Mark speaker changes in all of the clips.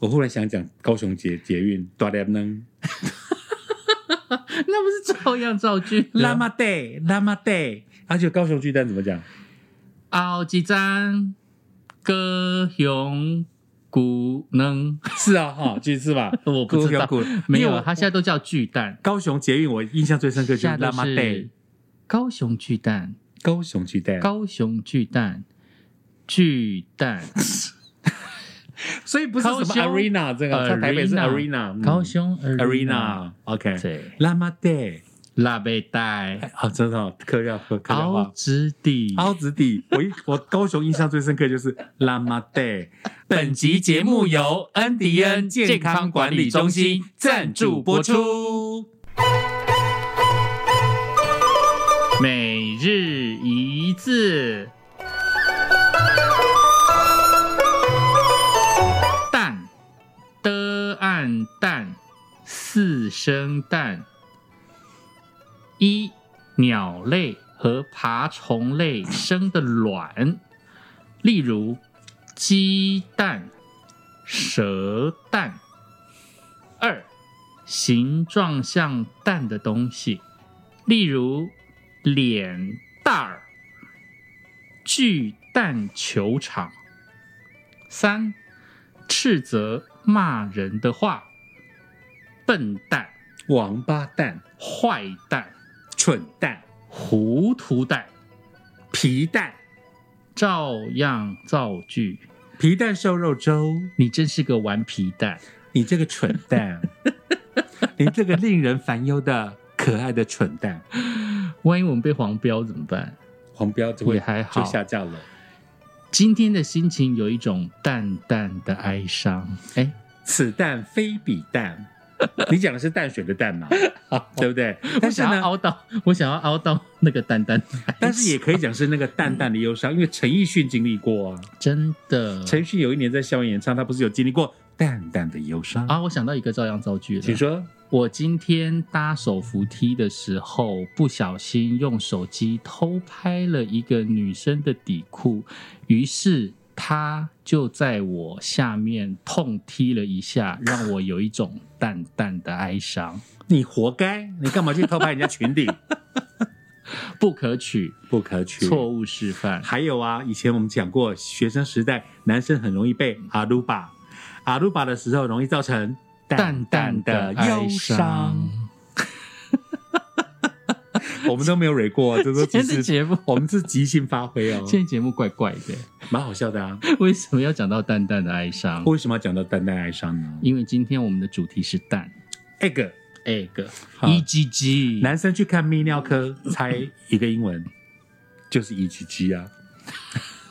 Speaker 1: 我后来想讲高雄捷捷运大粒能
Speaker 2: 那不是照样造句
Speaker 1: 拉马德拉马德，而且啊高雄巨蛋怎么 讲？
Speaker 2: 后一站高雄古能，？
Speaker 1: 是啊，哈，巨是 吧
Speaker 2: 我不知道
Speaker 1: 高雄
Speaker 2: 没
Speaker 1: 因为
Speaker 2: 有，啊
Speaker 1: 我
Speaker 2: 他现在都叫巨蛋，
Speaker 1: 高雄捷运，我印象最深刻就
Speaker 2: 现
Speaker 1: 是
Speaker 2: 在
Speaker 1: 拉
Speaker 2: 都
Speaker 1: 马德
Speaker 2: 是高雄巨蛋，
Speaker 1: 高雄巨蛋。
Speaker 2: 高雄巨蛋，巨蛋，
Speaker 1: 所以不是什么
Speaker 2: 高雄
Speaker 1: arena 这哦个，在台北是 arena，嗯
Speaker 2: 高雄
Speaker 1: arena OK。
Speaker 2: 对，
Speaker 1: 拉马代，
Speaker 2: 拉贝带，
Speaker 1: 啊，真的哦客家客客家
Speaker 2: 凹
Speaker 1: 话。
Speaker 2: 之地。
Speaker 1: 凹子底，我一我高雄印象最深刻就是拉马代。
Speaker 2: 由恩
Speaker 1: 迪恩健康管理中心赞助播出。
Speaker 2: 每日一字，蛋的暗蛋四声蛋，一鸟类和爬虫类生的卵，例如鸡蛋、蛇蛋。二，形状像蛋的东西，例如脸蛋儿、巨蛋球场。三，斥责骂人的话，笨蛋、
Speaker 1: 王八蛋、
Speaker 2: 坏蛋、
Speaker 1: 蠢蛋、
Speaker 2: 糊涂蛋，
Speaker 1: 皮蛋、
Speaker 2: 照样造句。
Speaker 1: 皮蛋瘦肉粥，
Speaker 2: 你真是个顽皮蛋。
Speaker 1: 你这个蠢蛋，你这个令人烦忧的可爱的蠢蛋。
Speaker 2: 万一我们被黄标怎么办？
Speaker 1: 黄标就会
Speaker 2: 也还好
Speaker 1: 就下架了。
Speaker 2: 今天的心情有一种淡淡的哀伤。哎，
Speaker 1: 此蛋非彼蛋，你讲的是淡水的淡 嘛，对不对？
Speaker 2: 我
Speaker 1: 但是
Speaker 2: 想要
Speaker 1: 呢，
Speaker 2: 凹到，我想要凹到那个蛋蛋。
Speaker 1: 但是也可以讲是那个淡淡的忧伤，因为陈奕迅经历过啊。
Speaker 2: 哎真的
Speaker 1: 陈奕迅有一年在校园演唱，他不是有经历过淡淡的忧伤？
Speaker 2: 啊，我想到一个照样造句了。
Speaker 1: 请说，
Speaker 2: 我今天搭手扶梯的时候，不小心用手机偷拍了一个女生的底裤，于是她就在我下面痛踢了 一下，让我有一种淡淡的哀伤。
Speaker 1: 你活该，你干嘛去偷拍人家裙底？
Speaker 2: 不可取，
Speaker 1: 不可取。
Speaker 2: 错误示范。
Speaker 1: 还有啊，以前我们讲过，学生时代男生很容易被阿鲁巴，阿鲁巴的时候容易造成
Speaker 2: 淡淡的
Speaker 1: 忧
Speaker 2: 哀伤。。
Speaker 1: 我们都没有蕊过，这都
Speaker 2: 今
Speaker 1: 其
Speaker 2: 天的
Speaker 1: 实哦
Speaker 2: 节目，
Speaker 1: 我们是即兴发挥哦，
Speaker 2: 今天节目怪怪的，
Speaker 1: 蛮好笑的啊。
Speaker 2: 为什么要讲到淡淡的哀伤？
Speaker 1: 为什么要讲到淡淡哀伤 呢哎
Speaker 2: 因为今天我们的主题是蛋
Speaker 1: ？egg，
Speaker 2: egg
Speaker 1: 好
Speaker 2: e g g
Speaker 1: 男生去看泌尿科，猜一个英 文就是 E G G 啊。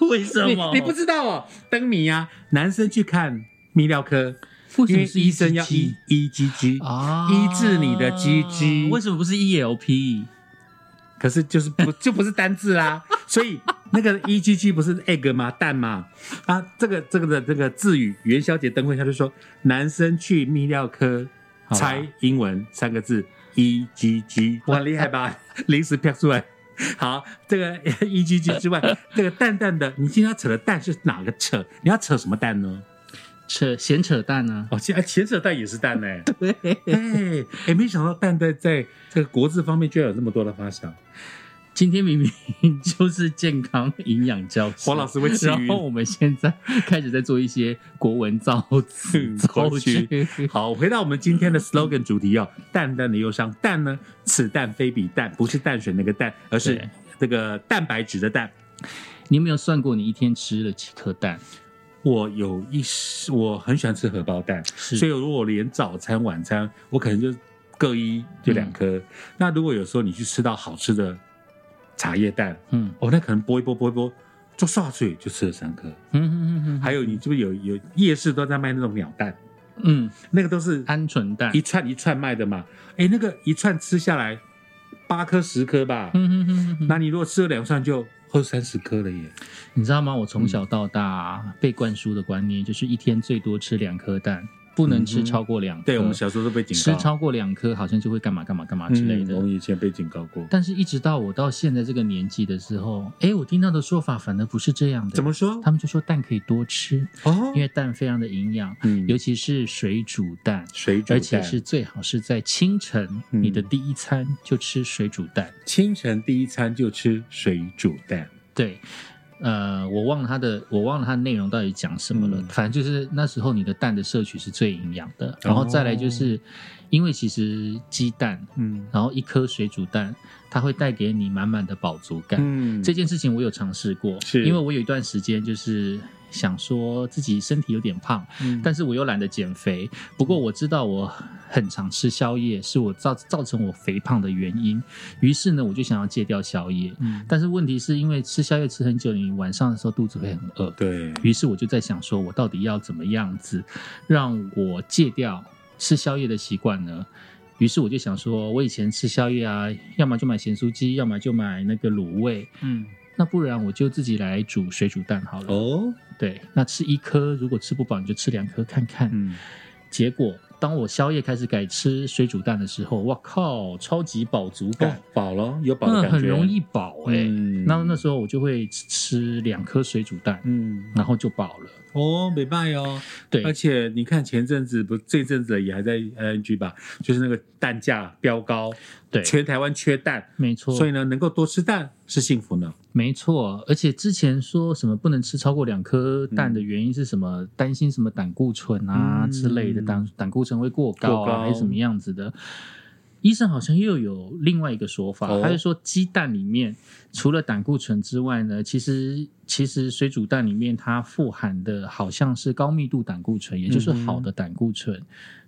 Speaker 2: 为什
Speaker 1: 你
Speaker 2: 么
Speaker 1: 你不知道哦，灯谜啊，男生去看泌尿科，
Speaker 2: 为什
Speaker 1: 因
Speaker 2: 么
Speaker 1: 为
Speaker 2: 是
Speaker 1: 医生要 E
Speaker 2: EGG
Speaker 1: E G G，
Speaker 2: 啊
Speaker 1: 医治你的鸡鸡
Speaker 2: 为什么不是 E L P？
Speaker 1: 可是就是不就不是单字 啦，所以那个 E G G 不是 egg 吗？蛋吗？啊，这个这个的这个字语，元宵节灯会他就说，男生去泌尿科
Speaker 2: 好啦
Speaker 1: 猜英文三个字 E G G，哇，厉害 吧？临时飘出来。好，这个 E G G 之 外，这个蛋蛋的，你今天要扯的蛋是哪个扯？你要扯什么蛋呢？
Speaker 2: 扯闲扯啊淡呢、
Speaker 1: 哦，其实前扯蛋也是蛋呢、
Speaker 2: 啊？对，
Speaker 1: 哎哎，没想到蛋蛋在这个国字方面居然有这么多的发想。
Speaker 2: 今天明明就是健康营养教室，
Speaker 1: 黄老师会气
Speaker 2: 然
Speaker 1: 晕
Speaker 2: 后。我们现在开始在做一些国文造词
Speaker 1: 嗯
Speaker 2: 造
Speaker 1: 国
Speaker 2: 句
Speaker 1: 句。 好，回到我们今 天的 slogan 主题哦，淡淡的忧伤。淡呢，此淡非彼淡，不是淡水那个淡，而是
Speaker 2: 对
Speaker 1: 这个蛋白质的蛋。
Speaker 2: 你有没有算过你一天吃了几颗蛋？
Speaker 1: 我有一时我很喜欢吃荷包蛋，
Speaker 2: 是
Speaker 1: 所以如果连早餐、晚餐，我可能就各一就两颗。
Speaker 2: 嗯
Speaker 1: 那如果有时候你去吃到好吃的茶叶蛋，
Speaker 2: 嗯
Speaker 1: 哦，那可能剥一剥剥一剥，就刷嘴就吃了三颗。
Speaker 2: 嗯嗯嗯嗯
Speaker 1: 还有你是不是有有夜市都在卖那种鸟蛋？
Speaker 2: 嗯，
Speaker 1: 那个都是
Speaker 2: 鹌鹑蛋。
Speaker 1: 一串一串卖的嘛。哎，那个一串吃下来八颗十颗吧，
Speaker 2: 嗯嗯嗯嗯嗯，
Speaker 1: 那你如果吃了两串就二三十颗了耶。嗯
Speaker 2: 你知道吗？我从小到大被灌输的观念就是一天最多吃两颗蛋，不能
Speaker 1: 嗯
Speaker 2: 吃
Speaker 1: 哼
Speaker 2: 超过两颗。
Speaker 1: 对我们小时候都被警
Speaker 2: 吃
Speaker 1: 告
Speaker 2: 超过两颗好像就会干嘛干嘛干嘛之类的。
Speaker 1: 嗯我们以前被警告过。
Speaker 2: 但是，一直到我到现在这个年纪的时候，哎，我听到的说法反而不是这样的。
Speaker 1: 怎么？说？
Speaker 2: 他们就说蛋可以多吃，
Speaker 1: 哦
Speaker 2: 因，为蛋非常的营养，
Speaker 1: 嗯
Speaker 2: 尤其是水煮蛋，
Speaker 1: 水煮蛋，
Speaker 2: 而且是最好是在清晨，
Speaker 1: 嗯
Speaker 2: 你的第一餐就吃水煮蛋。
Speaker 1: 清晨第一餐就吃水煮蛋。
Speaker 2: 对，呃，我忘了它的，我忘了它的内容到底讲什么了。
Speaker 1: 嗯
Speaker 2: 反正就是那时候你的蛋的摄取是最营养的，然后再来
Speaker 1: 哦
Speaker 2: 就是，因为其实鸡蛋，
Speaker 1: 嗯
Speaker 2: 然后一颗水煮蛋，它会带给你满满的饱足感。
Speaker 1: 嗯
Speaker 2: 这件事情我有尝试过，
Speaker 1: 是
Speaker 2: 因为我有一段时间就是想说自己身体有点胖，
Speaker 1: 嗯
Speaker 2: 但是我又懒得减肥。不过我知道我很常吃宵夜，是我造造成我肥胖的原因。于是呢，我就想要戒掉宵夜。
Speaker 1: 嗯
Speaker 2: 但是问题是因为吃宵夜吃很久，你晚上的时候肚子会很饿。
Speaker 1: 对，
Speaker 2: 于是我就在想说，我到底要怎么样子让我戒掉吃宵夜的习惯呢？于是我就想说，我以前吃宵夜啊，要么就买咸酥鸡，要么就买那个卤味，
Speaker 1: 嗯
Speaker 2: 那不然我就自己来煮水煮蛋好了。
Speaker 1: 哦，
Speaker 2: 对，那吃一颗，如果吃不饱你就吃两颗看看。
Speaker 1: 嗯
Speaker 2: 结果当我宵夜开始改吃水煮蛋的时候，哇靠，超级饱足
Speaker 1: 哦
Speaker 2: 感，
Speaker 1: 饱了，有饱
Speaker 2: 那
Speaker 1: 的感觉，
Speaker 2: 嗯很容易饱哎、
Speaker 1: 嗯
Speaker 2: 那那时候我就会吃两颗水煮蛋，
Speaker 1: 嗯
Speaker 2: 然后就饱了。
Speaker 1: 哦，没办哦。
Speaker 2: 对，
Speaker 1: 而且你看前阵子不，这阵子也还在 ING 吧，就是那个蛋价飙高，
Speaker 2: 对
Speaker 1: 全台湾缺蛋，
Speaker 2: 没错，
Speaker 1: 所以呢，能够多吃蛋是幸福呢。
Speaker 2: 没错，而且之前说什么不能吃超过两颗蛋的原因是什么？担心什么胆固醇啊
Speaker 1: 嗯
Speaker 2: 之类的，胆胆固醇会过高
Speaker 1: 过
Speaker 2: 啊，
Speaker 1: 高
Speaker 2: 还是什么样子的？医生好像又有另外一个说法，
Speaker 1: 哦
Speaker 2: 他就说鸡蛋里面除了胆固醇之外呢，其实其实水煮蛋里面它富含的好像是高密度胆固醇，也就是
Speaker 1: 嗯哼
Speaker 2: 好的胆固醇。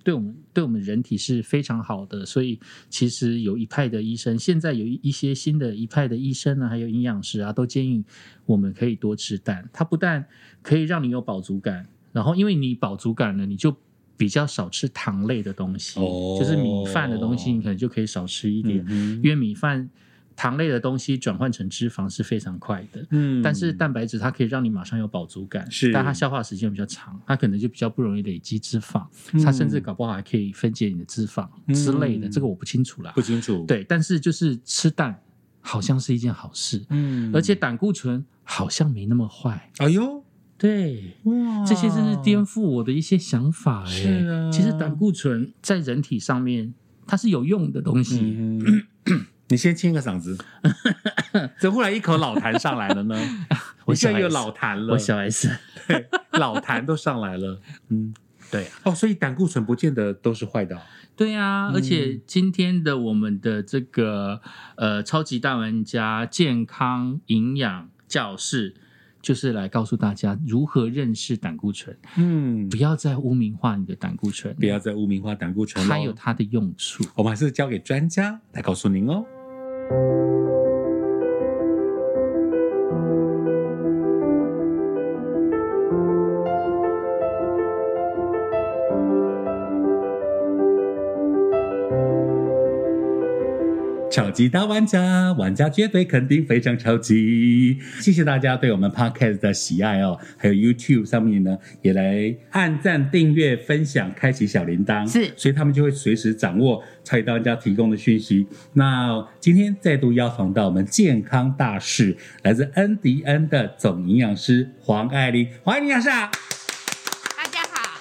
Speaker 2: 对我们对我们人体是非常好的，所以其实有一派的医生，现在有一一些新的一派的医生呢，还有营养师啊，都建议我们可以多吃蛋。它不但可以让你有饱足感，然后因为你饱足感呢，你就比较少吃糖类的东西，
Speaker 1: 哦
Speaker 2: 就是米饭的东西，你可能就可以少吃一点，
Speaker 1: 嗯
Speaker 2: 因为米饭糖类的东西转换成脂肪是非常快的。
Speaker 1: 嗯
Speaker 2: 但是蛋白质它可以让你马上有饱足感，
Speaker 1: 是
Speaker 2: 但它消化时间比较长，它可能就比较不容易累积脂肪，
Speaker 1: 嗯
Speaker 2: 它甚至搞不好还可以分解你的脂肪
Speaker 1: 嗯
Speaker 2: 之类的，这个我不清楚啦
Speaker 1: 不。清楚，，
Speaker 2: 对，但是就是吃蛋好像是一件好事，
Speaker 1: 嗯
Speaker 2: 而且胆固醇好像没那么坏。
Speaker 1: 哎呦，
Speaker 2: 对，
Speaker 1: 哇，
Speaker 2: 这些真是颠覆我的一些想法哎、
Speaker 1: 是啊
Speaker 2: 其实胆固醇在人体上面它是有用的东西，
Speaker 1: 嗯，你先清个嗓 子，怎么忽然一口老痰上来了呢？
Speaker 2: 我
Speaker 1: 你现
Speaker 2: 小
Speaker 1: 在
Speaker 2: S，
Speaker 1: 有老痰了，
Speaker 2: 我小 S，
Speaker 1: 对老痰都上来了，嗯，
Speaker 2: 对啊。
Speaker 1: 哦，所以胆固醇不见得都是坏的哦，
Speaker 2: 对啊，
Speaker 1: 嗯
Speaker 2: 而且今天的我们的这个呃超级大玩家健康营养教室，就是来告诉大家如何认识胆固醇，
Speaker 1: 嗯
Speaker 2: 不，要再污名化你的胆固醇，
Speaker 1: 不要再污名化胆固醇
Speaker 2: 它有
Speaker 1: 了，
Speaker 2: 它的用处。
Speaker 1: 我们还是交给专家来告诉您哦。超级大玩家，玩家绝对肯定非常超级。谢谢大家对我们 podcast 的喜爱哦，还有 YouTube 上面呢也来按赞、订阅、分享、开启小铃铛，
Speaker 2: 是
Speaker 1: 所以他们就会随时掌握超级大玩家提供的讯息。那今天再度邀访到我们健康大使，来自恩迪恩的总营养师黄爱玲，黄爱玲营养师啊。
Speaker 3: 大家好，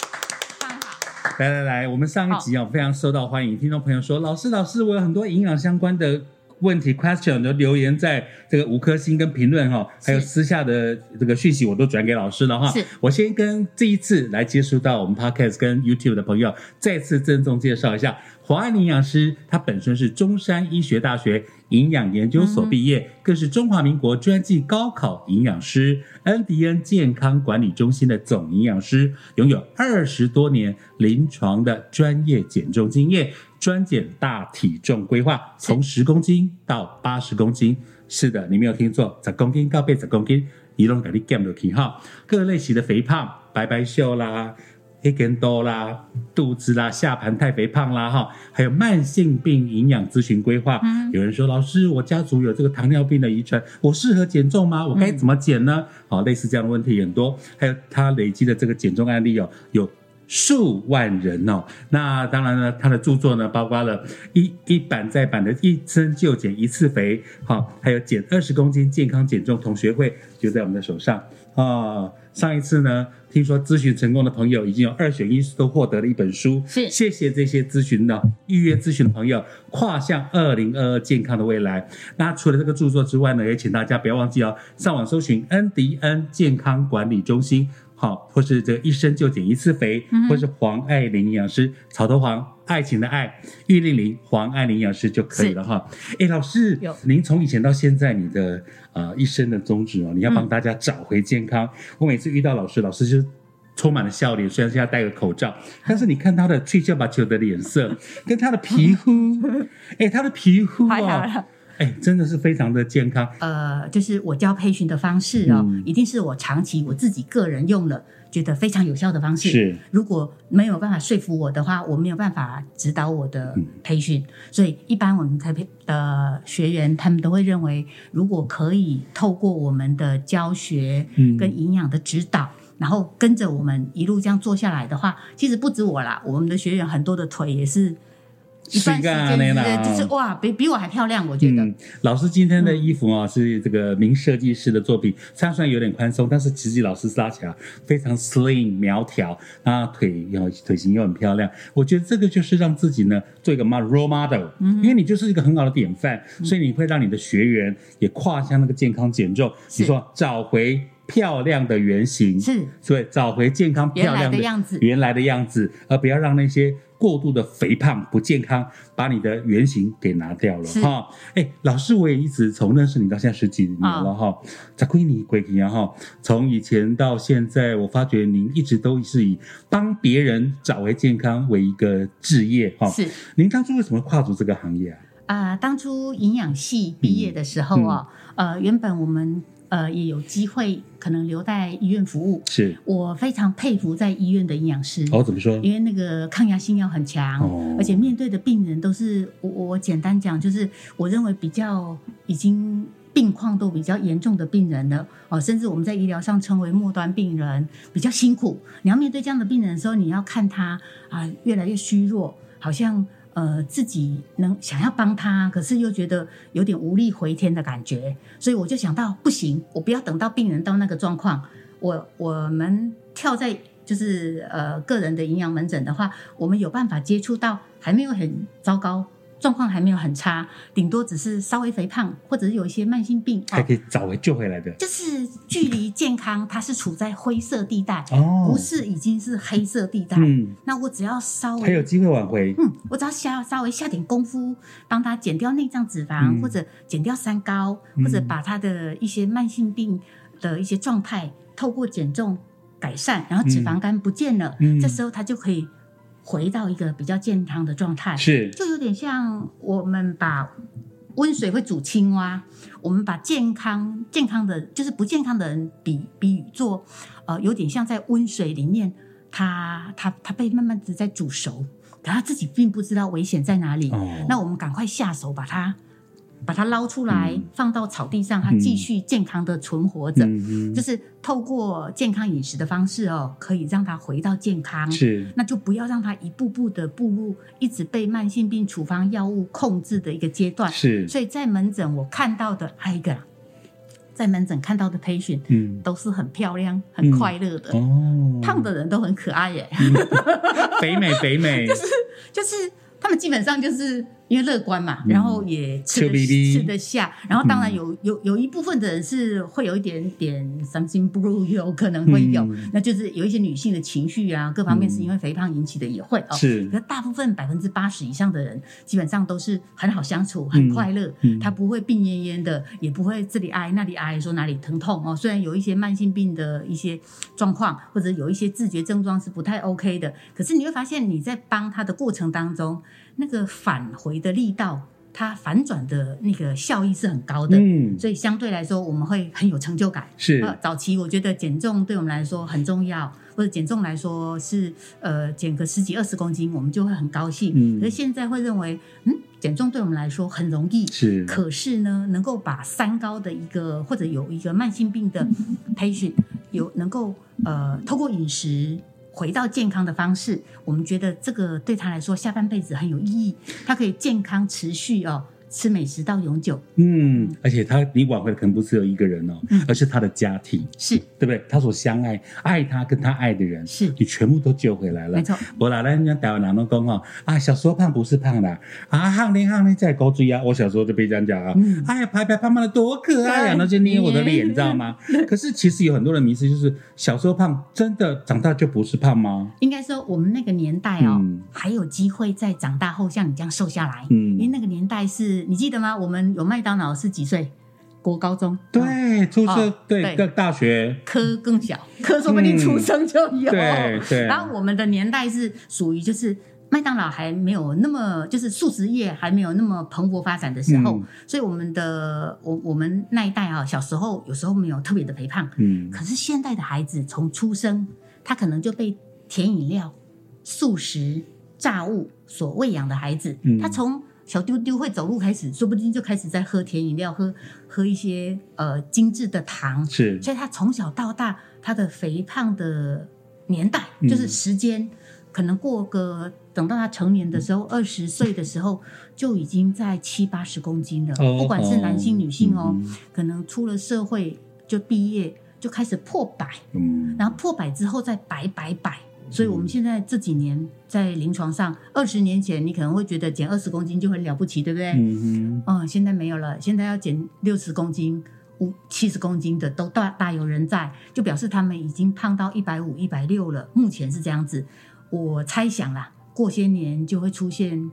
Speaker 3: 放好，
Speaker 1: 来来来，我们上一集啊、非常受到欢迎，听众朋友说，老师老师，我有很多营养相关的问题 question 都留言在这个五颗星跟评论哈、还有私下的这个讯息我都转给老师了哈
Speaker 3: 是。
Speaker 1: 我先跟这一次来接触到我们 podcast 跟 YouTube 的朋友，再次郑重介绍一下。黄安营养师，他本身是中山医学大学营养研究所毕业，更是中华民国专技高考营养师、恩迪恩健康管理中心的总营养师，拥有二十多年临床的专业减重经验，专减大体重规划，从十公斤到八十公斤。是的，你没有听错，十公斤到八十公斤，你拢给你减落去哈。各类型的肥胖，白白瘦啦，黑根多啦，肚子啦，下盘太肥胖啦，哈，还有慢性病营养咨询规划。
Speaker 3: 嗯
Speaker 1: 有人说，老师，我家族有这个糖尿病的遗传，我适合减重吗？我该怎么减呢？好、类似这样的问题很多，还有他累积的这个减重案例哦，有数万人哦。那当然呢，他的著作呢，包括了一一版再版的《一生就减一次肥》，好、还有《减二十公斤健康减重同学会》，就在我们的手上啊、上一次呢，听说咨询成功的朋友已经有二选一都获得了一本书，
Speaker 3: 是
Speaker 1: 谢谢这些咨询的预约咨询的朋友，跨向二零二二健康的未来。那除了这个著作之外呢，也请大家不要忘记哦，上网搜寻恩迪恩健康管理中心，好，或是这个一生就减一次肥，
Speaker 3: 嗯
Speaker 1: 或是黄爱玲营养师，草头黄。爱情的爱，玉令玲、黄爱玲营养师就可以了哈。哎，老师
Speaker 3: 有，
Speaker 1: 您从以前到现在，你的呃一生的宗旨哦，你要帮
Speaker 3: 嗯
Speaker 1: 大家找回健康。我每次遇到老师，老师就充满了笑脸，虽然现在戴个口罩，但是你看他的翠笑把球的脸色，跟他的皮 肤，哎、他的皮肤
Speaker 3: 坏掉
Speaker 1: 啊、
Speaker 3: 了。
Speaker 1: 哎、真的是非常的健康。
Speaker 3: 呃，就是我教培训的方式哦，
Speaker 1: 嗯
Speaker 3: 一定是我长期我自己个人用了，觉得非常有效的方式。
Speaker 1: 是
Speaker 3: 如果没有办法说服我的话，我没有办法指导我的培训，
Speaker 1: 嗯
Speaker 3: 所以一般我们培培的学员他们都会认为，如果可以透过我们的教学
Speaker 1: 嗯
Speaker 3: 跟营养的指导。然后跟着我们一路这样做下来的话，其实不止我啦，我们的学员很多的腿也是一段
Speaker 1: 是
Speaker 3: 时间
Speaker 1: 这
Speaker 3: 对
Speaker 1: 样
Speaker 3: 不
Speaker 1: 的啦
Speaker 3: 对，就是哇，比比我还漂亮，我觉得。
Speaker 1: 嗯，老师今天的衣服啊、是这个名设计师的作品，虽然虽然有点宽松，但是其实老师拉起来非常 slim 苗条，那腿又腿型又很漂亮。我觉得这个就是让自己呢做一个 mo- role model，、因
Speaker 3: 嗯
Speaker 1: 为你就是一个很好的典范，所以你会让你的学员也跨向那个健康减重，
Speaker 3: 是
Speaker 1: 你说找回漂亮的原型，
Speaker 3: 是
Speaker 1: 所以找回健康漂亮
Speaker 3: 原来的样子
Speaker 1: 原来的样子，而不要让那些过度的肥胖不健康把你的原型给拿掉了
Speaker 3: 是
Speaker 1: 哈。哎、老师，我也一直从认识你到现在十几年了
Speaker 3: 啊
Speaker 1: 哈，在归你归你啊哈。从以前到现在，我发觉您一直都是以帮别人找回健康为一个置业哈。
Speaker 3: 是
Speaker 1: 您当初为什么跨足这个行业啊？
Speaker 3: 啊、当初营养系毕业的时
Speaker 1: 嗯
Speaker 3: 候哦，呃，原本我们呃也有机会可能留在医院服务。
Speaker 1: 是
Speaker 3: 我非常佩服在医院的营养师，
Speaker 1: 哦，怎么说？
Speaker 3: 嗯因为那个抗压性要很强，
Speaker 1: 哦
Speaker 3: 而且面对的病人都是我我简单讲，就是我认为比较已经病况都比较严重的病人了哦，甚至我们在医疗上称为末端病人，比较辛苦。你要面对这样的病人的时候，你要看他啊、越来越虚弱，好像。呃，自己能想要帮他，可是又觉得有点无力回天的感觉，所以我就想到，不行，我不要等到病人到那个状况，我我们跳在就是呃个人的营养门诊的话，我们有办法接触到还没有很糟糕，状况还没有很差，顶多只是稍微肥胖，或者是有一些慢性病
Speaker 1: 还
Speaker 3: 哦
Speaker 1: 可，以找回救回来的
Speaker 3: 就是距离健康它是处在灰色地带，
Speaker 1: 哦，
Speaker 3: 啊不是已经是黑色地带。
Speaker 1: 嗯，
Speaker 3: 那我只要稍
Speaker 1: 还
Speaker 3: 微
Speaker 1: 有机会挽回，
Speaker 3: 嗯，我只要下稍微下点功夫，帮他减掉内脏脂肪，
Speaker 1: 嗯
Speaker 3: 或者减掉三高，
Speaker 1: 嗯
Speaker 3: 或者把他的一些慢性病的一些状态透过减重改善，然后脂肪肝不见了，
Speaker 1: 嗯
Speaker 3: 这时候他就可以回到一个比较健康的状态。
Speaker 1: 是
Speaker 3: 就有点像我们把温水会煮青蛙，我们把健康健康的，就是不健康的人比比喻做，呃，有点像在温水里面，它它它被慢慢的在煮熟，可他自己并不知道危险在哪里。
Speaker 1: 哦，
Speaker 3: 那我们赶快下手把它把它捞出来，
Speaker 1: 嗯
Speaker 3: 放到草地上，它
Speaker 1: 嗯
Speaker 3: 继续健康的存活着。
Speaker 1: 嗯
Speaker 3: 就
Speaker 1: 哼
Speaker 3: 是透过健康饮食的方式哦，可以让它回到健康。
Speaker 1: 是
Speaker 3: 那就不要让他一步步的步入一直被慢性病处方药物控制的一个阶段。
Speaker 1: 是，
Speaker 3: 所以在门诊我看到的，还有一个啦，在门诊看到的 patient
Speaker 1: 嗯，
Speaker 3: 都是很漂亮、很快乐的，
Speaker 1: 哦，嗯
Speaker 3: 胖的人都很可爱耶，
Speaker 1: 北美北美，
Speaker 3: 就是。他们基本上就是因为乐观嘛，
Speaker 1: 嗯
Speaker 3: 然后也吃
Speaker 1: 吃
Speaker 3: 得
Speaker 1: 嗯逼逼
Speaker 3: 吃得下，然后当然有、有有一部分的人是会有一点点 something blue，有可能会有，
Speaker 1: 嗯
Speaker 3: 那就是有一些女性的情绪啊，各方面是因为肥胖引起的也会哦。
Speaker 1: 是
Speaker 3: 可是大部分百分之八十以上的人，基本上都是很好相处，很快乐，
Speaker 1: 嗯
Speaker 3: 他不会病恹恹的，也不会这里挨那里挨，说哪里疼痛哦。虽然有一些慢性病的一些状况，或者有一些自觉症状是不太 OK 的，可是你会发现你在帮他的过程当中，那个返回的力道，它反转的那个效益是很高的。
Speaker 1: 嗯，
Speaker 3: 所以相对来说，我们会很有成就感。
Speaker 1: 是
Speaker 3: 呃，早期我觉得减重对我们来说很重要，或者减重来说是呃减个十几二十公斤，我们就会很高兴。
Speaker 1: 嗯
Speaker 3: 可是现在会认为，嗯，减重对我们来说很容易。
Speaker 1: 是
Speaker 3: 可是呢，能够把三高的一个或
Speaker 1: 嗯
Speaker 3: 者有一个慢性病的 patient 有能够呃透过饮食回到健康的方式，我们觉得这个对他来说下半辈子很有意义，他可以健康持续哦吃美食到永久，
Speaker 1: 嗯，而且他你挽回的可能不是只有一个人哦，
Speaker 3: 嗯
Speaker 1: 而是他的家庭，
Speaker 3: 是
Speaker 1: 对不对？他所相爱、爱他跟他爱的人，
Speaker 3: 是
Speaker 1: 你全部都救回来了
Speaker 3: 没。错，
Speaker 1: 我啦，咱讲台湾人都讲哦，啊，小时候胖不是胖啦，啊，胖脸胖脸在高追啊，我小时候就被这样讲啊，
Speaker 3: 嗯哎
Speaker 1: 哎呀，白白胖胖的多可爱呀、啊，然后就捏我的脸，你知道吗？可是其实有很多人迷思，就是小时候胖，真的长大就不是胖吗？
Speaker 3: 应该说我们那个年代哦，
Speaker 1: 嗯
Speaker 3: 还有机会在长大后像你这样瘦下来，
Speaker 1: 嗯
Speaker 3: 因为那个年代是你记得吗？我们有麦当劳是几岁？国高中哦
Speaker 1: 对，出社、
Speaker 3: 哦
Speaker 1: 对
Speaker 3: 对
Speaker 1: 到大学，
Speaker 3: 科更小，科说不定
Speaker 1: 嗯
Speaker 3: 出生就有。
Speaker 1: 对对，
Speaker 3: 然后我们的年代是属于就是麦当劳还没有那么就是素食业还没有那么蓬勃发展的时候，
Speaker 1: 嗯
Speaker 3: 所以我们的我我们那一代啊，小时候有时候没有特别的肥胖，
Speaker 1: 嗯
Speaker 3: 可是现代的孩子从出生，他可能就被甜饮料、素食、炸物所喂养的孩子，
Speaker 1: 嗯
Speaker 3: 他从小丢丢会走路开始，说不定就开始在喝甜饮料，喝喝一些呃精致的糖，
Speaker 1: 是
Speaker 3: 所以他从小到大，他的肥胖的年代
Speaker 1: 嗯
Speaker 3: 就是时间，可能过个等到他成年的时候，二十岁的时候就已经在七八十公斤了，
Speaker 1: 哦
Speaker 3: 不管是男性女性哦，
Speaker 1: 嗯
Speaker 3: 可能出了社会就毕业就开始破百，
Speaker 1: 嗯，
Speaker 3: 然后破百之后再百百百。所以，我们现在这几年在临床上，二十年前你可能会觉得减二十公斤就很了不起，对不对？
Speaker 1: 嗯哼，
Speaker 3: 嗯，现在没有了，现在要减六十公斤、五七十公斤的都大大有人在，就表示他们已经胖到一百五、一百六了。目前是这样子，我猜想啦，过些年就会出现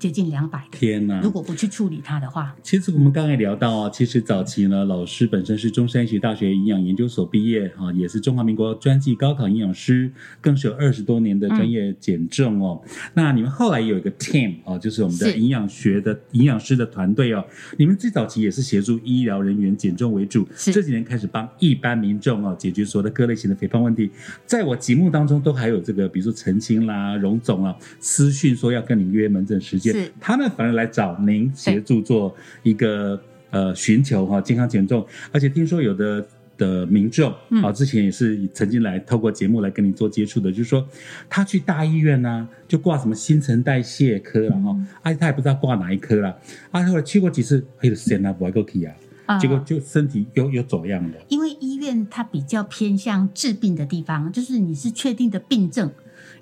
Speaker 3: 接近两百的，
Speaker 1: 天啊哪！
Speaker 3: 如果不去处理它的话，
Speaker 1: 其实我们刚才聊到啊，其实早期呢，老师本身是中山医学大学营养研究所毕业啊，也是中华民国专技高考营养师，更是有二十多年的专业检证哦。那你们后来有一个 team 啊，就是我们的
Speaker 3: 是
Speaker 1: 营养学的营养师的团队哦，你们最早期也是协助医疗人员减重为主，
Speaker 3: 是
Speaker 1: 这几年开始帮一般民众哦解决所有的各类型的肥胖问题。在我节目当中都还有这个，比如说陈青啦、荣总啊，私讯说要跟你约门诊时间
Speaker 3: 是，
Speaker 1: 他们反而来找您协助做一个呃寻求哈、健康减重，而且听说有的。的民众
Speaker 3: 嗯
Speaker 1: 啊，之前也是曾经来透过节目来跟你做接触的，就是说他去大医院呢、就挂什么新陈代谢科了
Speaker 3: 嗯
Speaker 1: 哈，而且、他也不知道挂哪一科了，啊，后来去过几次，哎呦，天哪，不爱过去啊，
Speaker 3: 啊、
Speaker 1: 结果就身体又又走样了，
Speaker 3: 因为医院它比较偏向治病的地方，就是你是确定的病症，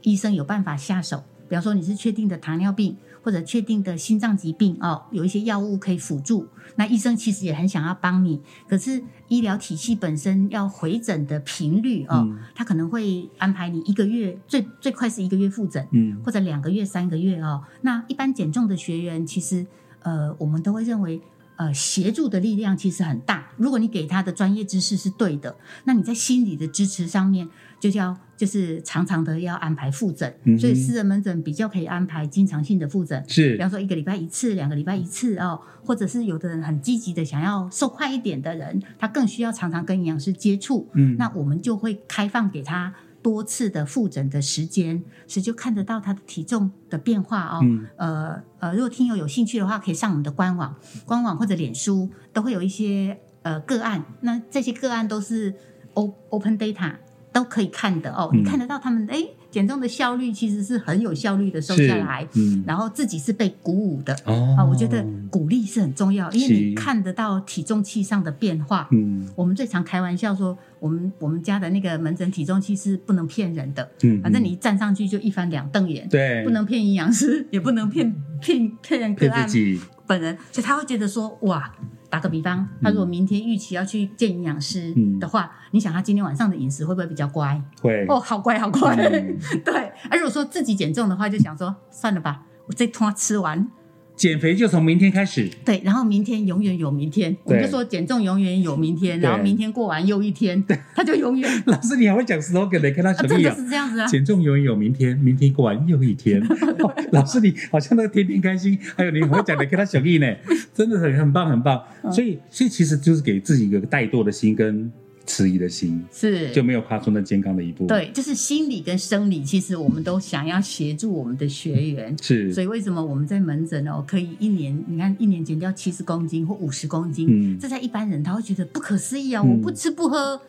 Speaker 3: 医生有办法下手。比方说你是确定的糖尿病或者确定的心脏疾病哦，有一些药物可以辅助。那医生其实也很想要帮你，可是医疗体系本身要回诊的频率哦，
Speaker 1: 嗯
Speaker 3: 他可能会安排你一个月，最最快是一个月复诊。
Speaker 1: 嗯
Speaker 3: 或者两个月、三个月哦。那一般减重的学员，其实呃，我们都会认为。呃，协助的力量其实很大。如果你给他的专业知识是对的，那你在心理的支持上面，就要就是常常的要安排复诊，
Speaker 1: 嗯哼
Speaker 3: 所以私人门诊比较可以安排经常性的复诊，
Speaker 1: 是
Speaker 3: 比方说一个礼拜一次、两个礼拜一次哦，或者是有的人很积极的想要瘦快一点的人，他更需要常常跟营养师接触，
Speaker 1: 嗯
Speaker 3: 那我们就会开放给他多次的复诊的时间，所以就看得到他的体重的变化哦。
Speaker 1: 嗯
Speaker 3: 呃呃，如果听友有兴趣的话，可以上我们的官网、官网或者脸书，都会有一些呃个案。那这些个案都是 O Open Data 都可以看的哦，
Speaker 1: 嗯
Speaker 3: 你看得到他们哎减重的效率其实是很有效率的瘦
Speaker 1: 是
Speaker 3: 下来，
Speaker 1: 嗯
Speaker 3: 然后自己是被鼓舞的。
Speaker 1: 哦
Speaker 3: 啊，我觉得鼓励是很重要，因为你
Speaker 1: 是
Speaker 3: 看得到体重器上的变化。
Speaker 1: 嗯
Speaker 3: 我们最常开玩笑说，我们我们家的那个门诊体重器是不能骗人的，
Speaker 1: 嗯，
Speaker 3: 反正你一站上去就一翻两瞪眼，
Speaker 1: 对嗯
Speaker 3: 不能骗营养师，也不能骗骗骗个
Speaker 1: 骗
Speaker 3: 案
Speaker 1: 自己，
Speaker 3: 本人，所以他会觉得说，哇，打个比方，他如果明天预期要去见营养师
Speaker 1: 嗯
Speaker 3: 的话，你想他今天晚上的饮食会不会比较乖？
Speaker 1: 会
Speaker 3: 哦，好乖，好乖，
Speaker 1: 嗯
Speaker 3: 对。而如果说自己减重的话，就想说，算了吧，我这通吃完，
Speaker 1: 减肥就从明天开始，
Speaker 3: 对，然后明天永远有明天，我们就说减重永远有明天，
Speaker 1: 对
Speaker 3: 然后明天过完又一天，他就永 远
Speaker 1: 老师，你还会讲 slogan 的，跟他
Speaker 3: 啊，
Speaker 1: 什么
Speaker 3: 真的
Speaker 1: 样？
Speaker 3: 是这样子啊，
Speaker 1: 减重永远有明天，明天过完又一 天。哦老师，你好像都天天开心，还有你很会讲的，跟他小意呢， 真的很很棒，很棒。
Speaker 3: 嗯
Speaker 1: 所以，所以其实就是给自己一个怠惰的心跟迟疑的心，
Speaker 3: 是
Speaker 1: 就没有跨出那健康的一步。，
Speaker 3: 对，就是心理跟生理，其实我们都想要协助我们的学员。
Speaker 1: 是，
Speaker 3: 所以为什么我们在门诊哦，可以一年，你看一年减掉七十公斤或五十公斤，
Speaker 1: 嗯
Speaker 3: 这在一般人他会觉得不可思议啊、
Speaker 1: 嗯
Speaker 3: 我不吃不喝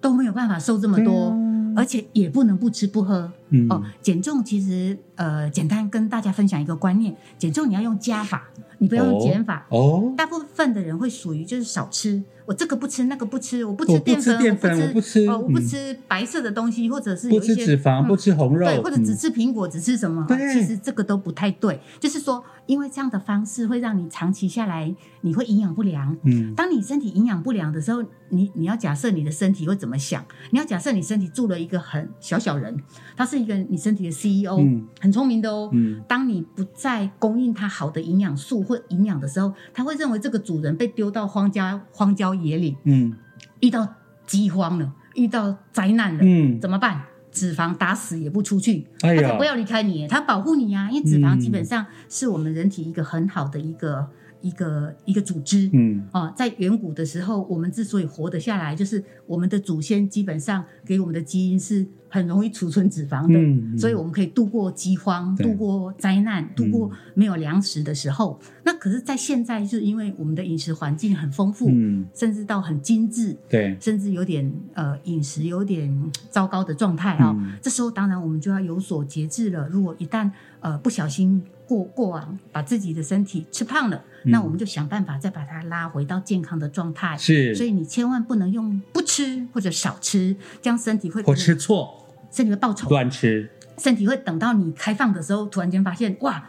Speaker 3: 都没有办法瘦这么
Speaker 1: 对
Speaker 3: 多，
Speaker 1: 啊
Speaker 3: 而且也不能不吃不喝。
Speaker 1: 嗯
Speaker 3: 哦，减重其实呃，简单跟大家分享一个观念：减重你要用加法，你不要用减法。
Speaker 1: 哦，
Speaker 3: 大部分的人会属于就是少吃，我这个不吃那个不吃，我不
Speaker 1: 我
Speaker 3: 吃
Speaker 1: 不
Speaker 3: 淀
Speaker 1: 吃
Speaker 3: 粉，
Speaker 1: 淀粉
Speaker 3: 我不吃，
Speaker 1: 我不吃
Speaker 3: 哦我不
Speaker 1: 嗯
Speaker 3: 吃白色的东西，或者是有
Speaker 1: 不
Speaker 3: 一些
Speaker 1: 吃脂肪，
Speaker 3: 嗯
Speaker 1: 不吃红肉，
Speaker 3: 对，或者只
Speaker 1: 嗯
Speaker 3: 吃苹果，只吃什么？
Speaker 1: 对
Speaker 3: 其实这个都不太对。就是说，因为这样的方式会让你长期下来，你会营养不良。
Speaker 1: 嗯
Speaker 3: 当你身体营养不良的时候，你你要假设你的身体会怎么想？你要假设你身体住了一个很小小人，他是一个你身体的 CEO，、
Speaker 1: 嗯
Speaker 3: 很聪明的哦。
Speaker 1: 嗯
Speaker 3: 当你不再供应他好的营养素或营养的时候，他会认为这个主人被丢到荒家荒郊野岭，
Speaker 1: 嗯
Speaker 3: 遇到饥荒了，遇到灾难了，
Speaker 1: 嗯，
Speaker 3: 怎么办？脂肪打死也不出去，
Speaker 1: 哎
Speaker 3: 它
Speaker 1: 呀嗯
Speaker 3: 才不要离开你，它保护你啊！因为脂肪基本上是我们人体一个很好的一个、一个一个组织。
Speaker 1: 嗯
Speaker 3: 哦，在远古的时候，我们之所以活得下来，就是我们的祖先基本上给我们的基因是很容易储存脂肪的，
Speaker 1: 嗯嗯
Speaker 3: 所以我们可以度过饥荒、
Speaker 1: 对嗯
Speaker 3: 度过灾难、度过没有粮食的时候。那可是，在现在，就是因为我们的饮食环境很丰富，
Speaker 1: 嗯
Speaker 3: 甚至到很精致，
Speaker 1: 对，
Speaker 3: 甚至有点呃饮食有点糟糕的状态啊、
Speaker 1: 嗯
Speaker 3: 这时候当然我们就要有所节制了。如果一旦呃不小心过过往把自己的身体吃胖了，
Speaker 1: 嗯
Speaker 3: 那我们就想办法再把它拉回到健康的状态。
Speaker 1: 是，
Speaker 3: 所以你千万不能用不吃或者少吃，这样身体会
Speaker 1: 我吃错
Speaker 3: 身体会报仇，
Speaker 1: 乱吃，
Speaker 3: 身体会等到你开放的时候，突然间发现哇。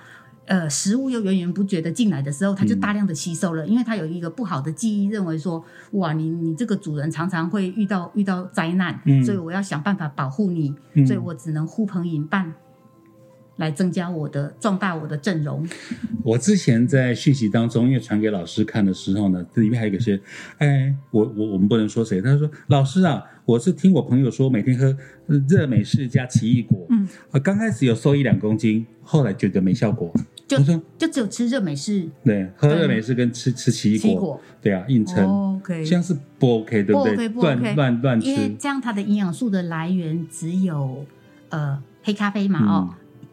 Speaker 3: 呃，食物又源源不绝的进来的时候，
Speaker 1: 嗯
Speaker 3: 它就大量的吸收了，因为它有一个不好的记忆，认为说，哇，你你这个主人常常会遇到遇到灾难，
Speaker 1: 嗯
Speaker 3: 所以我要想办法保护你，
Speaker 1: 嗯
Speaker 3: 所以我只能呼朋引伴，来增加我的壮大我的阵容。
Speaker 1: 我之前在讯息当中，因为传给老师看的时候呢，这里面还有一个是，哎，我我我们不能说谁，他说老师啊，我是听我朋友说每天喝呃热美式加奇异果，
Speaker 3: 嗯，
Speaker 1: 呃，刚开始有瘦一两公斤，后来觉得没效果，
Speaker 3: 就
Speaker 1: 我说
Speaker 3: 就只有吃热美式、
Speaker 1: 对，喝
Speaker 3: 对
Speaker 1: 热美式跟吃吃奇异
Speaker 3: 奇异
Speaker 1: 果，
Speaker 3: 果
Speaker 1: 对啊，硬撑，
Speaker 3: 哦，OK，
Speaker 1: 这样是不 OK 对
Speaker 3: 不
Speaker 1: 对？
Speaker 3: OK，不
Speaker 1: 乱
Speaker 3: OK
Speaker 1: 乱乱
Speaker 3: 因为
Speaker 1: 吃，
Speaker 3: 这样它的营养素的来源只有呃黑咖啡嘛，
Speaker 1: 嗯
Speaker 3: 哦，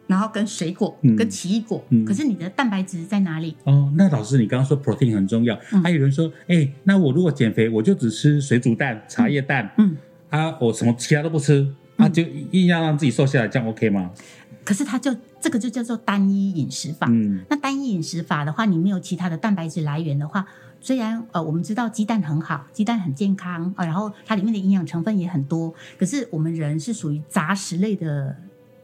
Speaker 3: 然后跟水果、
Speaker 1: 嗯
Speaker 3: 跟奇异果，
Speaker 1: 嗯
Speaker 3: 可是你的蛋白质在哪里？
Speaker 1: 哦，那老师，你刚刚说 protein 很重要，
Speaker 3: 嗯
Speaker 1: 还有人说，哎，那我如果减肥，我就只吃水煮蛋、茶叶蛋，
Speaker 3: 嗯，
Speaker 1: 啊，我什么其他都不吃，啊，就硬要让自己瘦下来，这样 OK 吗？
Speaker 3: 可是它就这个就叫做单一饮食法。
Speaker 1: 嗯
Speaker 3: 那单一饮食法的话，你没有其他的蛋白质来源的话，虽然呃我们知道鸡蛋很好，鸡蛋很健康啊、然后它里面的营养成分也很多，可是我们人是属于杂食类的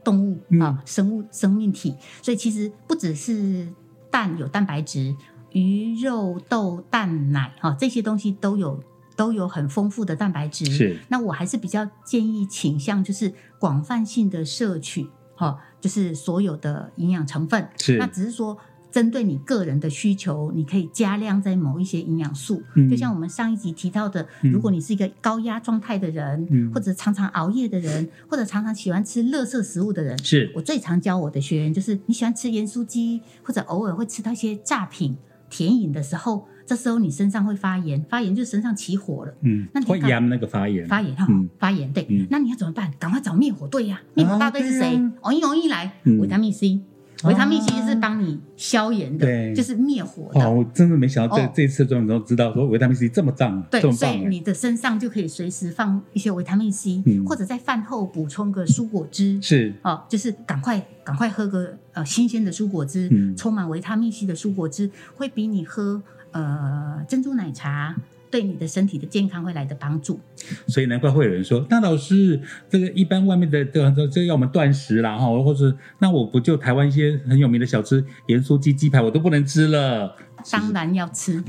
Speaker 3: 动物
Speaker 1: 嗯
Speaker 3: 啊、生物生命体，所以其实不只是蛋有蛋白质，鱼肉豆蛋奶哈、这些东西都有都有很丰富的蛋白质，
Speaker 1: 是
Speaker 3: 那我还是比较建议倾向就是广泛性的摄取，哈、就是所有的营养成分。
Speaker 1: 是
Speaker 3: 那只是说针对你个人的需求，你可以加量在某一些营养素。
Speaker 1: 嗯
Speaker 3: 就像我们上一集提到的，
Speaker 1: 嗯
Speaker 3: 如果你是一个高压状态的人，
Speaker 1: 嗯
Speaker 3: 或者常常熬夜的人，或者常常喜欢吃垃圾食物的人，
Speaker 1: 是
Speaker 3: 我最常教我的学员就是，你喜欢吃盐酥鸡，或者偶尔会吃到一些炸品、甜饮的时候，这时候你身上会发炎，发炎就身上起火了。
Speaker 1: 嗯
Speaker 3: 那，你
Speaker 1: 会
Speaker 3: 干
Speaker 1: 压那个发炎，
Speaker 3: 发炎哈、
Speaker 1: 嗯
Speaker 3: 发炎对、
Speaker 1: 嗯
Speaker 3: 那你要怎么办？赶快找灭火队呀、灭火大队是
Speaker 1: 啊
Speaker 3: 谁
Speaker 1: 对啊？
Speaker 3: 哦一哦一来，
Speaker 1: 嗯啊
Speaker 3: 维他命 C，维他命 C 是帮你消炎的，
Speaker 1: 对
Speaker 3: 就是灭火
Speaker 1: 哇，
Speaker 3: 的。
Speaker 1: 我真的没想到这
Speaker 3: 哦
Speaker 1: 这次终于都知道说维他命 C 这么棒，
Speaker 3: 对
Speaker 1: 这，么
Speaker 3: 所以
Speaker 1: 棒哎，
Speaker 3: 你的身上就可以随时放一些维他命 C，、
Speaker 1: 嗯
Speaker 3: 或者在饭后补充个蔬果汁。
Speaker 1: 哎是
Speaker 3: 哦，就是赶快赶快喝个呃新鲜的蔬果汁，
Speaker 1: 嗯
Speaker 3: 充满维他命 C 的蔬果汁，会比你喝呃珍珠奶茶对你的身体的健康会来的帮助。
Speaker 1: 所以难怪会有人说，那老师，这个一般外面的这个这个要我们断食啦哈，或是那我不就台湾一些很有名的小吃盐酥鸡、鸡排我都不能吃了，是不
Speaker 3: 当
Speaker 1: 是
Speaker 3: 然要吃，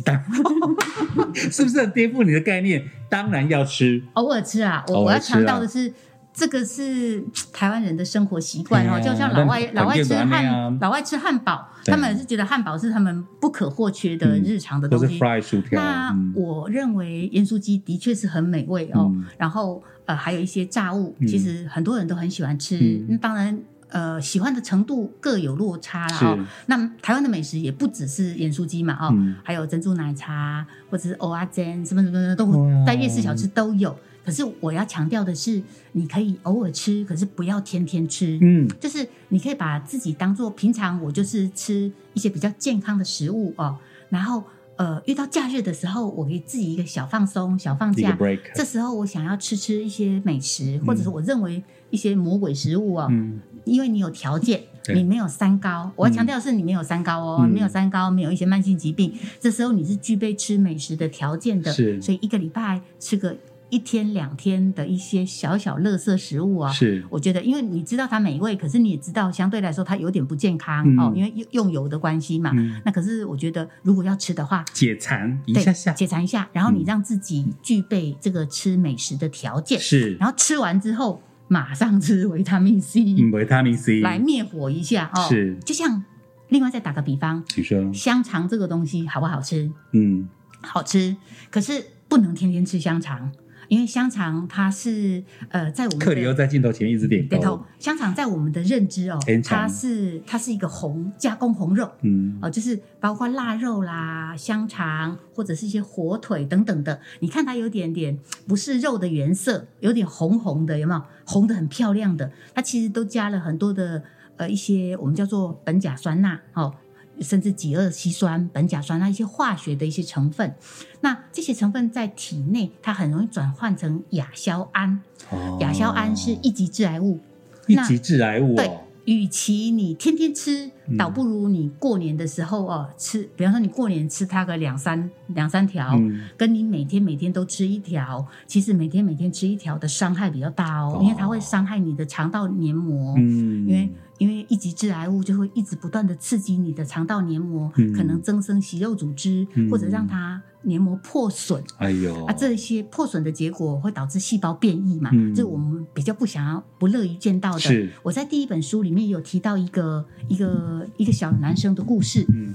Speaker 1: 是不是很颠覆你的概念？当然要吃，
Speaker 3: 偶尔吃啊，我
Speaker 1: 偶
Speaker 3: 我要
Speaker 1: 尔吃啊
Speaker 3: 强调的是。这个是台湾人的生活习惯
Speaker 1: 对啊
Speaker 3: 哦，就像老外
Speaker 1: 但
Speaker 3: 老外
Speaker 1: 很
Speaker 3: 吃
Speaker 1: 健康那
Speaker 3: 汉
Speaker 1: 样啊
Speaker 3: 老外吃汉堡，
Speaker 1: 对
Speaker 3: 他们是觉得汉堡是他们不可或缺的
Speaker 1: 嗯
Speaker 3: 日常的
Speaker 1: 或是
Speaker 3: 东西。
Speaker 1: fry 薯条，
Speaker 3: 那
Speaker 1: 嗯
Speaker 3: 我认为盐酥鸡的确是很美味哦，
Speaker 1: 嗯
Speaker 3: 然后呃还有一些炸物，
Speaker 1: 嗯
Speaker 3: 其实很多人都很喜欢吃。
Speaker 1: 嗯
Speaker 3: 那当然呃喜欢的程度各有落差啦哦
Speaker 1: 是。
Speaker 3: 那台湾的美食也不只是盐酥鸡嘛哦，
Speaker 1: 嗯
Speaker 3: 还有珍珠奶茶或者是蚵仔煎什么什么什么都
Speaker 1: 哇
Speaker 3: 在夜市小吃都有。可是我要强调的是，你可以偶尔吃，可是不要天天吃。
Speaker 1: 嗯
Speaker 3: 就是你可以把自己当做平常，我就是吃一些比较健康的食物哦，然后呃，遇到假日的时候，我给自己一个小放松、小放
Speaker 1: 一个
Speaker 3: 假。
Speaker 1: break，
Speaker 3: 这时候我想要吃吃一些美食，或者是我认为一些魔鬼食物哦，
Speaker 1: 嗯，
Speaker 3: 因为你有条件，
Speaker 1: 对
Speaker 3: 你没有三高。我要强调的是，你没有三高哦，
Speaker 1: 嗯
Speaker 3: 没有三高，没有一些慢性疾病。这时候你是具备吃美食的条件的，
Speaker 1: 是
Speaker 3: 所以一个礼拜吃个一天两天的一些小小垃圾食物啊、
Speaker 1: 是
Speaker 3: 我觉得，因为你知道它美味，可是你也知道相对来说它有点不健康、
Speaker 1: 嗯
Speaker 3: 哦，因为用用油的关系嘛。
Speaker 1: 嗯，
Speaker 3: 那可是我觉得，如果要吃的话，
Speaker 1: 解馋一
Speaker 3: 对
Speaker 1: 下下
Speaker 3: 解馋一下，然后
Speaker 1: 嗯
Speaker 3: 你让自己具备这个吃美食的条件，
Speaker 1: 是，
Speaker 3: 然后吃完之后马上吃维他命 C、
Speaker 1: 嗯，维他命 C
Speaker 3: 来灭火一下哦。
Speaker 1: 是，
Speaker 3: 就像另外再打个比方，
Speaker 1: 你说，
Speaker 3: 香肠这个东西好不好吃？
Speaker 1: 嗯，
Speaker 3: 好吃，可是不能天天吃香肠，因为香肠它是呃，在我们的
Speaker 1: 克里又在镜头前一直点
Speaker 3: 对头
Speaker 1: 头，
Speaker 3: 香肠在我们的认知哦
Speaker 1: 哦天，
Speaker 3: 它
Speaker 1: 肠
Speaker 3: 是它是一个红加工红肉。
Speaker 1: 嗯，
Speaker 3: 哦，就是包括腊肉啦、香肠或者是一些火腿等等的，你看它有点点不是肉的原色，有点红红的，有没有？红的很漂亮的，它其实都加了很多的呃一些我们叫做苯甲酸钠哦，甚至己二烯酸、苯甲酸钠一些化学的一些成分。那这些成分在体内它很容易转换成亚硝胺，
Speaker 1: 哦
Speaker 3: 亚硝胺是一级致癌物，
Speaker 1: 一
Speaker 3: 那
Speaker 1: 级致癌物
Speaker 3: 对
Speaker 1: 哦，
Speaker 3: 与其你天天吃
Speaker 1: 嗯，
Speaker 3: 倒不如你过年的时候哦吃，比方说你过年吃它个两三两三条，
Speaker 1: 嗯，
Speaker 3: 跟你每天每天都吃一条，其实每天每天吃一条的伤害比较大哦，
Speaker 1: 哦
Speaker 3: 因为它会伤害你的肠道黏膜。
Speaker 1: 嗯，
Speaker 3: 因为因为一级致癌物就会一直不断的刺激你的肠道黏膜，
Speaker 1: 嗯
Speaker 3: 可能增生息肉组织，
Speaker 1: 嗯
Speaker 3: 或者让它黏膜破损。
Speaker 1: 哎呦
Speaker 3: 啊，这些破损的结果会导致细胞变异嘛，
Speaker 1: 嗯
Speaker 3: 这我们比较不想要、不乐于见到的。
Speaker 1: 是，
Speaker 3: 我在第一本书里面有提到一个一个一个小男生的故事，
Speaker 1: 嗯，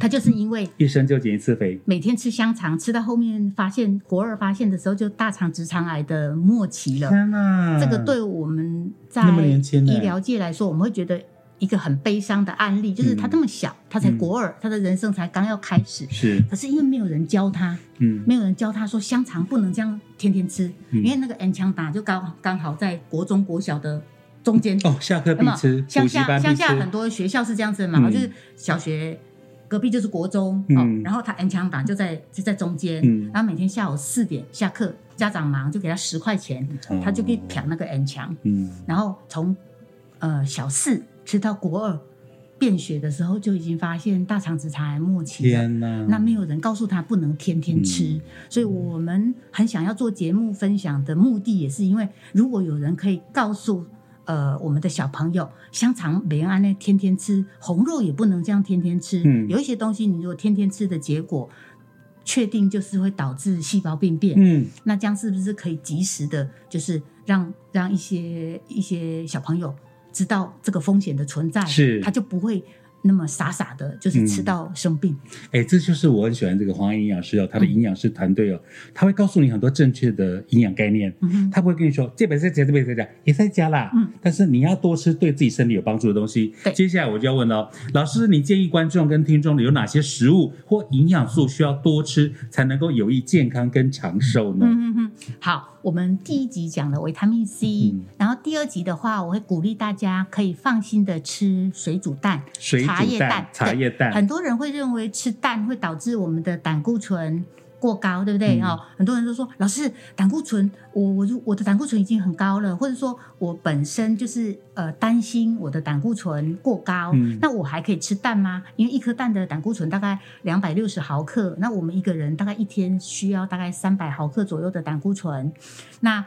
Speaker 3: 他就是因为
Speaker 1: 一生就减一次肥，
Speaker 3: 每天吃香肠，吃到后面发现国二发现的时候就大肠直肠癌的末期了。
Speaker 1: 天哪，
Speaker 3: 这个对我们在
Speaker 1: 嗯那么年轻呢
Speaker 3: 医疗界来说，我们会觉得一个很悲伤的案例，就是他
Speaker 1: 嗯
Speaker 3: 这么小，他才国二，他的人生才刚要开始。
Speaker 1: 是，
Speaker 3: 可是因为没有人教他，
Speaker 1: 嗯，
Speaker 3: 没有人教他说香肠不能这样天天吃，
Speaker 1: 嗯
Speaker 3: 因为那个 N 枪打就刚刚好在国中国小的中间
Speaker 1: 哦，下课必
Speaker 3: 那么
Speaker 1: 吃，补
Speaker 3: 乡
Speaker 1: 习班
Speaker 3: 下
Speaker 1: 必
Speaker 3: 乡
Speaker 1: 吃
Speaker 3: 下，很多学校是这样子嘛，
Speaker 1: 嗯
Speaker 3: 就是小学隔壁就是国中，
Speaker 1: 嗯
Speaker 3: 哦，然后他 N 强档就在就在中间，
Speaker 1: 嗯
Speaker 3: 然后每天下午四点下课，家长忙就给他十块钱，
Speaker 1: 哦
Speaker 3: 他就可以抢那个 N 强，
Speaker 1: 嗯，
Speaker 3: 然后从呃小四吃到国二便血的时候就已经发现大肠直肠癌末期了。
Speaker 1: 天哪，
Speaker 3: 那没有人告诉他不能天天吃，
Speaker 1: 嗯
Speaker 3: 所以我们很想要做节目分享的目的，也是因为如果有人可以告诉呃我们的小朋友，香肠每安呢天天吃，红肉也不能这样天天吃，
Speaker 1: 嗯
Speaker 3: 有一些东西你如果天天吃的结果。确定就是会导致细胞病变，
Speaker 1: 嗯，
Speaker 3: 那这样是不是可以及时的，就是让让一些一些小朋友知道这个风险的存在，
Speaker 1: 是
Speaker 3: 他就不会那么傻傻的，就是吃
Speaker 1: 嗯
Speaker 3: 到生病。
Speaker 1: 哎，这就是我很喜欢这个黄安营养师哦，
Speaker 3: 嗯
Speaker 1: 他的营养师团队哦，他会告诉你很多正确的营养概念。
Speaker 3: 嗯哼
Speaker 1: 他不会跟你说这本是加，这本是加，也在加啦。
Speaker 3: 嗯，
Speaker 1: 但是你要多吃对自己身体有帮助的东西。
Speaker 3: 对
Speaker 1: 接下来我就要问了哦，老师，你建议观众跟听众有哪些食物或营养素需要多吃才能够有益健康跟长寿呢？
Speaker 3: 嗯嗯嗯，好，我们第一集讲了维他命 C，、
Speaker 1: 嗯
Speaker 3: 然后第二集的话，我会鼓励大家可以放心的吃水煮蛋。
Speaker 1: 水
Speaker 3: 茶
Speaker 1: 煮
Speaker 3: 叶
Speaker 1: 蛋
Speaker 3: 蛋、
Speaker 1: 茶叶蛋
Speaker 3: 很，多人会认为吃蛋会导致我们的胆固醇。过高，对不对？
Speaker 1: 嗯
Speaker 3: 哦，很多人都说，老师，胆固醇，我我如我的胆固醇已经很高了，或者说我本身就是呃担心我的胆固醇过高，
Speaker 1: 嗯
Speaker 3: 那我还可以吃蛋吗？因为一颗蛋的胆固醇大概两百六十毫克，那我们一个人大概一天需要大概三百毫克左右的胆固醇，那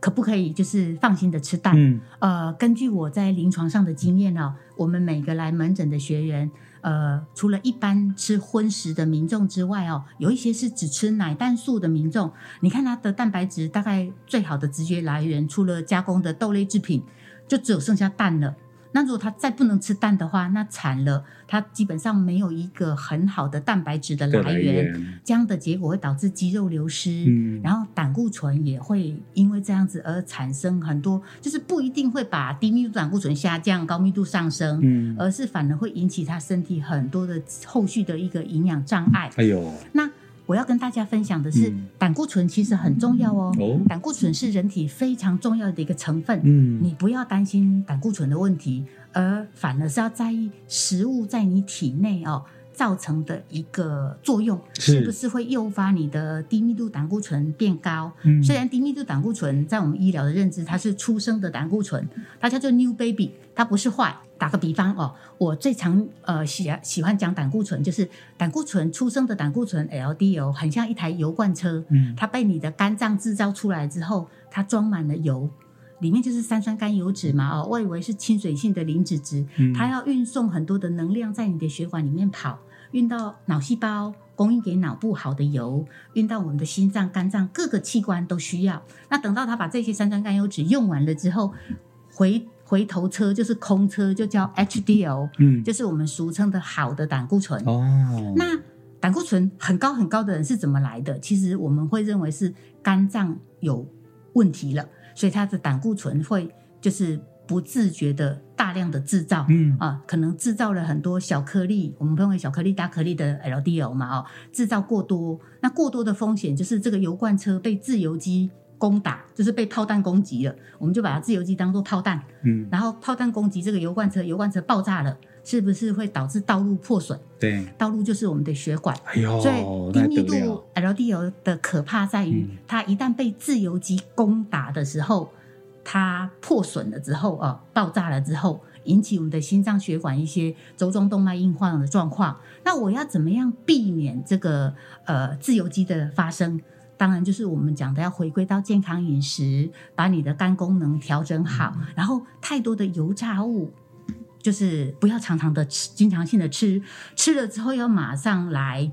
Speaker 3: 可不可以就是放心的吃蛋？
Speaker 1: 嗯，
Speaker 3: 呃，根据我在临床上的经验哦，我们每个来门诊的学员，呃，除了一般吃荤食的民众之外哦，有一些是只吃奶蛋素的民众。你看他的蛋白质大概最好的直觉来源，除了加工的豆类制品，就只有剩下蛋了。那如果他再不能吃蛋的话，那惨了，他基本上没有一个很好的蛋白质的
Speaker 1: 的
Speaker 3: 来
Speaker 1: 来
Speaker 3: 源，
Speaker 1: 源，
Speaker 3: 这样的结果会导致肌肉流失。
Speaker 1: 嗯，
Speaker 3: 然后胆固醇也会因为这样子而产生很多，就是不一定会把低密度胆固醇下降，高密度上升，
Speaker 1: 嗯，
Speaker 3: 而是反而会引起他身体很多的后续的一个营养障碍。
Speaker 1: 哎呦，
Speaker 3: 那我要跟大家分享的是，
Speaker 1: 嗯
Speaker 3: 胆固醇其实很重要哦，
Speaker 1: 哦，
Speaker 3: 胆固醇是人体非常重要的一个成分。
Speaker 1: 嗯，
Speaker 3: 你不要担心胆固醇的问题，而反而是要在意食物在你体内哦造成的一个作用，
Speaker 1: 是
Speaker 3: 是不是会诱发你的低密度胆固醇变高？
Speaker 1: 嗯
Speaker 3: 虽然低密度胆固醇在我们医疗的认知，它是出生的胆固醇，它叫做 new baby，它不是坏。打个比方哦，我最常呃喜喜欢讲胆固醇，就是胆固醇出生的胆固醇 LDL 很像一台油罐车，
Speaker 1: 嗯
Speaker 3: 它被你的肝脏制造出来之后，它装满了油，里面就是三酸甘油脂嘛。哦，我以为是亲水性的磷脂质，
Speaker 1: 嗯
Speaker 3: 它要运送很多的能量在你的血管里面跑，运到脑细胞，供应给脑部好的油，运到我们的心脏、肝脏各个器官都需要。那等到它把这些三酸甘油脂用完了之后，回回头车就是空车，就叫 HDL，
Speaker 1: 嗯
Speaker 3: 就是我们俗称的好的胆固醇。
Speaker 1: 哦，
Speaker 3: 那胆固醇很高很高的人是怎么来的？其实我们会认为是肝脏有问题了，所以他的胆固醇会就是不自觉的大量的制造。
Speaker 1: 嗯
Speaker 3: 啊，可能制造了很多小颗粒，我们认为小颗粒、大颗粒的 LDL 嘛，哦，制造过多，那过多的风险就是这个油罐车被自由基攻打，就是被炮弹攻击了，我们就把它自由基当做炮弹，
Speaker 1: 嗯
Speaker 3: 然后炮弹攻击这个油罐车，油罐车爆炸了，是不是会导致道路破损？
Speaker 1: 对，
Speaker 3: 道路就是我们的血管，
Speaker 1: 哎呦，
Speaker 3: 所以低
Speaker 1: 那
Speaker 3: 密
Speaker 1: 得
Speaker 3: 度
Speaker 1: 了，
Speaker 3: LDL 的可怕在于
Speaker 1: 嗯，
Speaker 3: 它一旦被自由基攻打的时候，它破损了之后，呃，爆炸了之后，引起我们的心脏血管一些周状动脉硬化的状况。那我要怎么样避免这个呃自由基的发生？当然，就是我们讲的要回归到健康饮食，把你的肝功能调整好，
Speaker 1: 嗯
Speaker 3: 然后太多的油炸物就是不要常常的吃，经常性的吃，吃了之后要马上来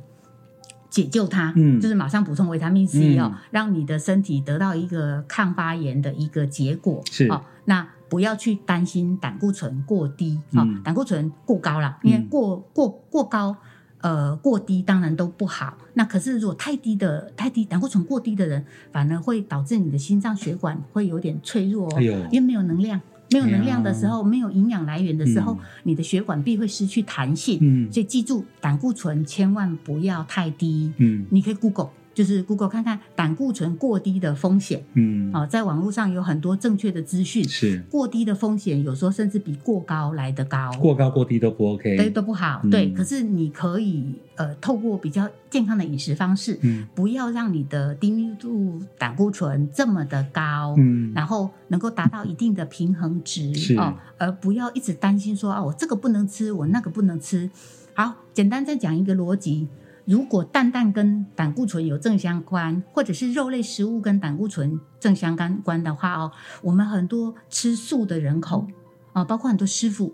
Speaker 3: 解救它，
Speaker 1: 嗯
Speaker 3: 就是马上补充维他命 C 哦，
Speaker 1: 嗯
Speaker 3: 让你的身体得到一个抗发炎的一个结果。
Speaker 1: 是
Speaker 3: 哦，那不要去担心胆固醇过低哦，
Speaker 1: 嗯
Speaker 3: 胆固醇过高啦，因为过、过过高。呃，过低当然都不好。那可是如果太低的、太低胆固醇过低的人，反而会导致你的心脏血管会有点脆弱哦，
Speaker 1: 哎呦
Speaker 3: 因为没有能量。没有能量的时
Speaker 1: 哎
Speaker 3: 候，没有营养来源的时候，
Speaker 1: 嗯
Speaker 3: 你的血管壁会失去弹性。
Speaker 1: 嗯
Speaker 3: 所以记住，胆固醇千万不要太低。
Speaker 1: 嗯
Speaker 3: 你可以 Google，就是 Google 看看胆固醇过低的风险。
Speaker 1: 嗯，
Speaker 3: 哦，在网络上有很多正确的资讯。
Speaker 1: 是
Speaker 3: 过低的风险有时候甚至比过高来得高。
Speaker 1: 过高过低都不 OK，
Speaker 3: 对都不好，
Speaker 1: 嗯
Speaker 3: 对。可是你可以呃，透过比较健康的饮食方式，
Speaker 1: 嗯
Speaker 3: 不要让你的低密度胆固醇这么的高，
Speaker 1: 嗯
Speaker 3: 然后能够达到一定的平衡值
Speaker 1: 是
Speaker 3: 哦，而不要一直担心说啊，我这个不能吃，我那个不能吃。好，简单再讲一个逻辑。如果蛋蛋跟胆固醇有正相关，或者是肉类食物跟胆固醇正相干关的话哦，我们很多吃素的人口啊、包括很多师傅，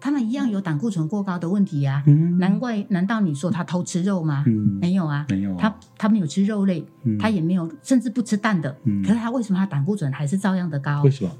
Speaker 3: 他们一样有胆固醇过高的问题啊。
Speaker 1: 嗯
Speaker 3: 难怪，难道你说他偷吃肉吗？
Speaker 1: 嗯
Speaker 3: 没有啊，
Speaker 1: 没有啊
Speaker 3: 他他没有吃肉类，
Speaker 1: 嗯
Speaker 3: 他也没有，甚至不吃蛋的。
Speaker 1: 嗯
Speaker 3: 可是他为什么他胆固醇还是照样的高
Speaker 1: 为？什么？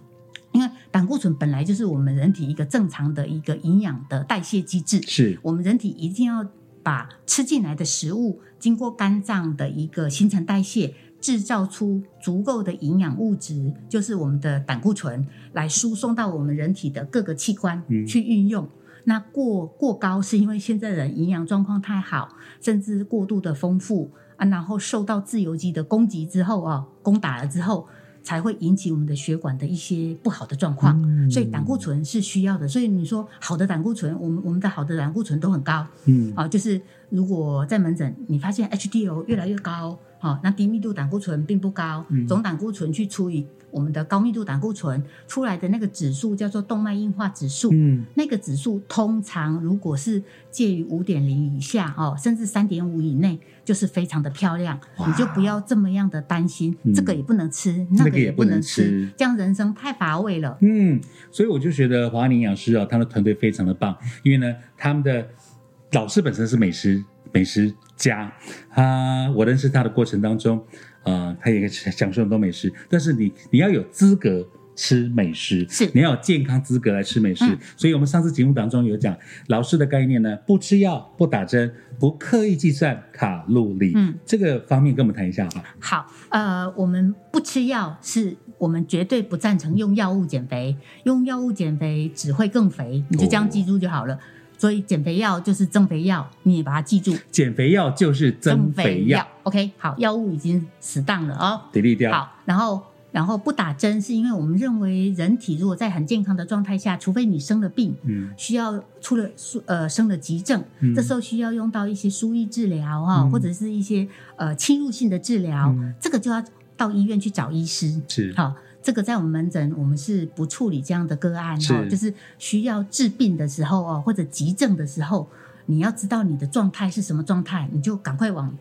Speaker 3: 因为胆固醇本来就是我们人体一个正常的一个营养的代谢机制，
Speaker 1: 是
Speaker 3: 我们人体一定要把吃进来的食物经过肝脏的一个新陈代谢，制造出足够的营养物质，就是我们的胆固醇，来输送到我们人体的各个器官
Speaker 1: 嗯
Speaker 3: 去运用。那过过高是因为现在人营养状况太好，甚至过度的丰富啊，然后受到自由基的攻击之后啊，攻打了之后，才会引起我们的血管的一些不好的状况。
Speaker 1: 嗯
Speaker 3: 所以胆固醇是需要的。所以你说好的胆固醇，我们我们的好的胆固醇都很高
Speaker 1: 嗯
Speaker 3: 啊，就是如果在门诊你发现 HDL 越来越高，好、那低密度胆固醇并不高
Speaker 1: 嗯，
Speaker 3: 总胆固醇去除以我们的高密度胆固醇出来的那个指数叫做动脉硬化指数。
Speaker 1: 嗯
Speaker 3: 那个指数通常如果是介于五点零以下哦，甚至三点五以内，就是非常的漂亮，
Speaker 1: 哇
Speaker 3: 你就不要这么样的担心，
Speaker 1: 嗯
Speaker 3: 这个也不能吃，
Speaker 1: 那
Speaker 3: 那
Speaker 1: 个
Speaker 3: 个
Speaker 1: 也
Speaker 3: 也
Speaker 1: 不
Speaker 3: 不能
Speaker 1: 能
Speaker 3: 吃，
Speaker 1: 吃
Speaker 3: 这样人生太乏味了。
Speaker 1: 嗯，所以我就觉得华安营养师啊，他们的团队非常的棒，因为呢，他们的老师本身是美食美食家，啊，我认识他的过程当中，呃，他也享受很多美食，但是你你要有资格。吃美食
Speaker 3: 是
Speaker 1: 你要有健康资格来吃美食，
Speaker 3: 嗯
Speaker 1: 所以我们上次节目当中有讲老师的概念呢，不吃药、不打针、不刻意计算卡路里，
Speaker 3: 嗯，
Speaker 1: 这个方面跟我们谈一下吧。
Speaker 3: 好，呃，我们不吃药是我们绝对不赞成用药物减肥，用药物减肥只会更肥，你就这样记住就好了。所以减肥药就是增肥药，你也把它记住，
Speaker 1: 减肥药就是增肥药，
Speaker 3: OK，好，药物已经适当了哦。
Speaker 1: 得力掉，
Speaker 3: 好，然后然后不打针，是因为我们认为人体如果在很健康的状态下，除非你生了病，
Speaker 1: 嗯
Speaker 3: 需要出了疏呃生了急症，
Speaker 1: 嗯
Speaker 3: 这时候需要用到一些输液治疗啊，
Speaker 1: 嗯
Speaker 3: 或者是一些呃侵入性的治疗，
Speaker 1: 嗯
Speaker 3: 这个就要到医院去找医师。
Speaker 1: 是
Speaker 3: 好、这个在我们门诊我们是不处理这样的个案
Speaker 1: 是
Speaker 3: 哦，就是需要治病的时候哦，或者急症的时候，你要知道你的状态是什么状态，你就赶快往。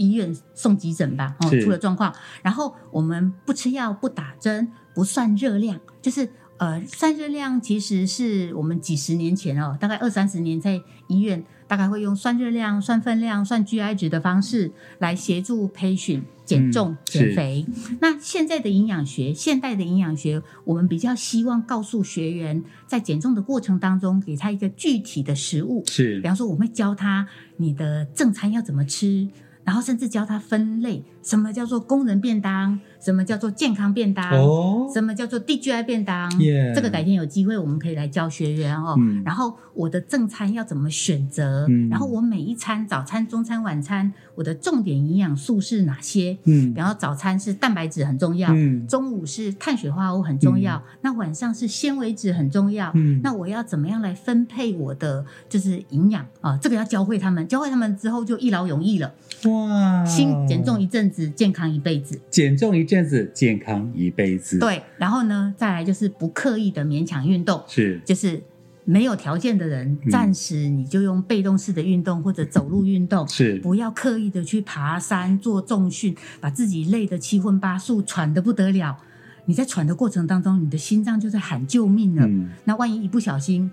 Speaker 3: 医院送急诊吧，哦，
Speaker 1: 是
Speaker 3: 出了状况，然后我们不吃药、不打针、不算热量，就是呃，算热量其实是我们几十年前哦，大概二三十年在医院大概会用算热量、算分量、算 GI 值的方式来协助培训减重、
Speaker 1: 嗯是
Speaker 3: 减肥。那现在的营养学，现代的营养学，我们比较希望告诉学员，在减重的过程当中，给他一个具体的食物，
Speaker 1: 是
Speaker 3: 比方说，我们会教他你的正餐要怎么吃，然后甚至教他分类，什么叫做工人便当，什么叫做健康便当，
Speaker 1: 哦，
Speaker 3: 什么叫做 DGI 便当。
Speaker 1: Yeah
Speaker 3: 这个改天有机会我们可以来教学员哦。
Speaker 1: 嗯
Speaker 3: 然后我的正餐要怎么选择，
Speaker 1: 嗯
Speaker 3: 然后我每一餐早餐、中餐、晚餐，我的重点营养素是哪些？
Speaker 1: 嗯
Speaker 3: 然后早餐是蛋白质很重要，
Speaker 1: 嗯
Speaker 3: 中午是碳水化合物很重要，那晚上是纤维质很重要。
Speaker 1: 嗯
Speaker 3: 那我要怎么样来分配我的就是营养啊？这个要教会他们，教会他们之后就一劳永逸了，
Speaker 1: 哇，
Speaker 3: 心减重一阵子，健康一辈子。
Speaker 1: 减重一阵子，健康一辈子，，
Speaker 3: 对，然后呢，再来就是不刻意的勉强运动，
Speaker 1: 是
Speaker 3: 就是没有条件的人，
Speaker 1: 嗯
Speaker 3: 暂时你就用被动式的运动或者走路 运动。
Speaker 1: 是
Speaker 3: 不要刻意的去爬山做重训，把自己累得七荤八素，喘得不得了。你在喘的过程当中，你的心脏就在喊救命了。
Speaker 1: 嗯，
Speaker 3: 那万一一不小心，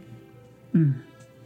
Speaker 3: 嗯，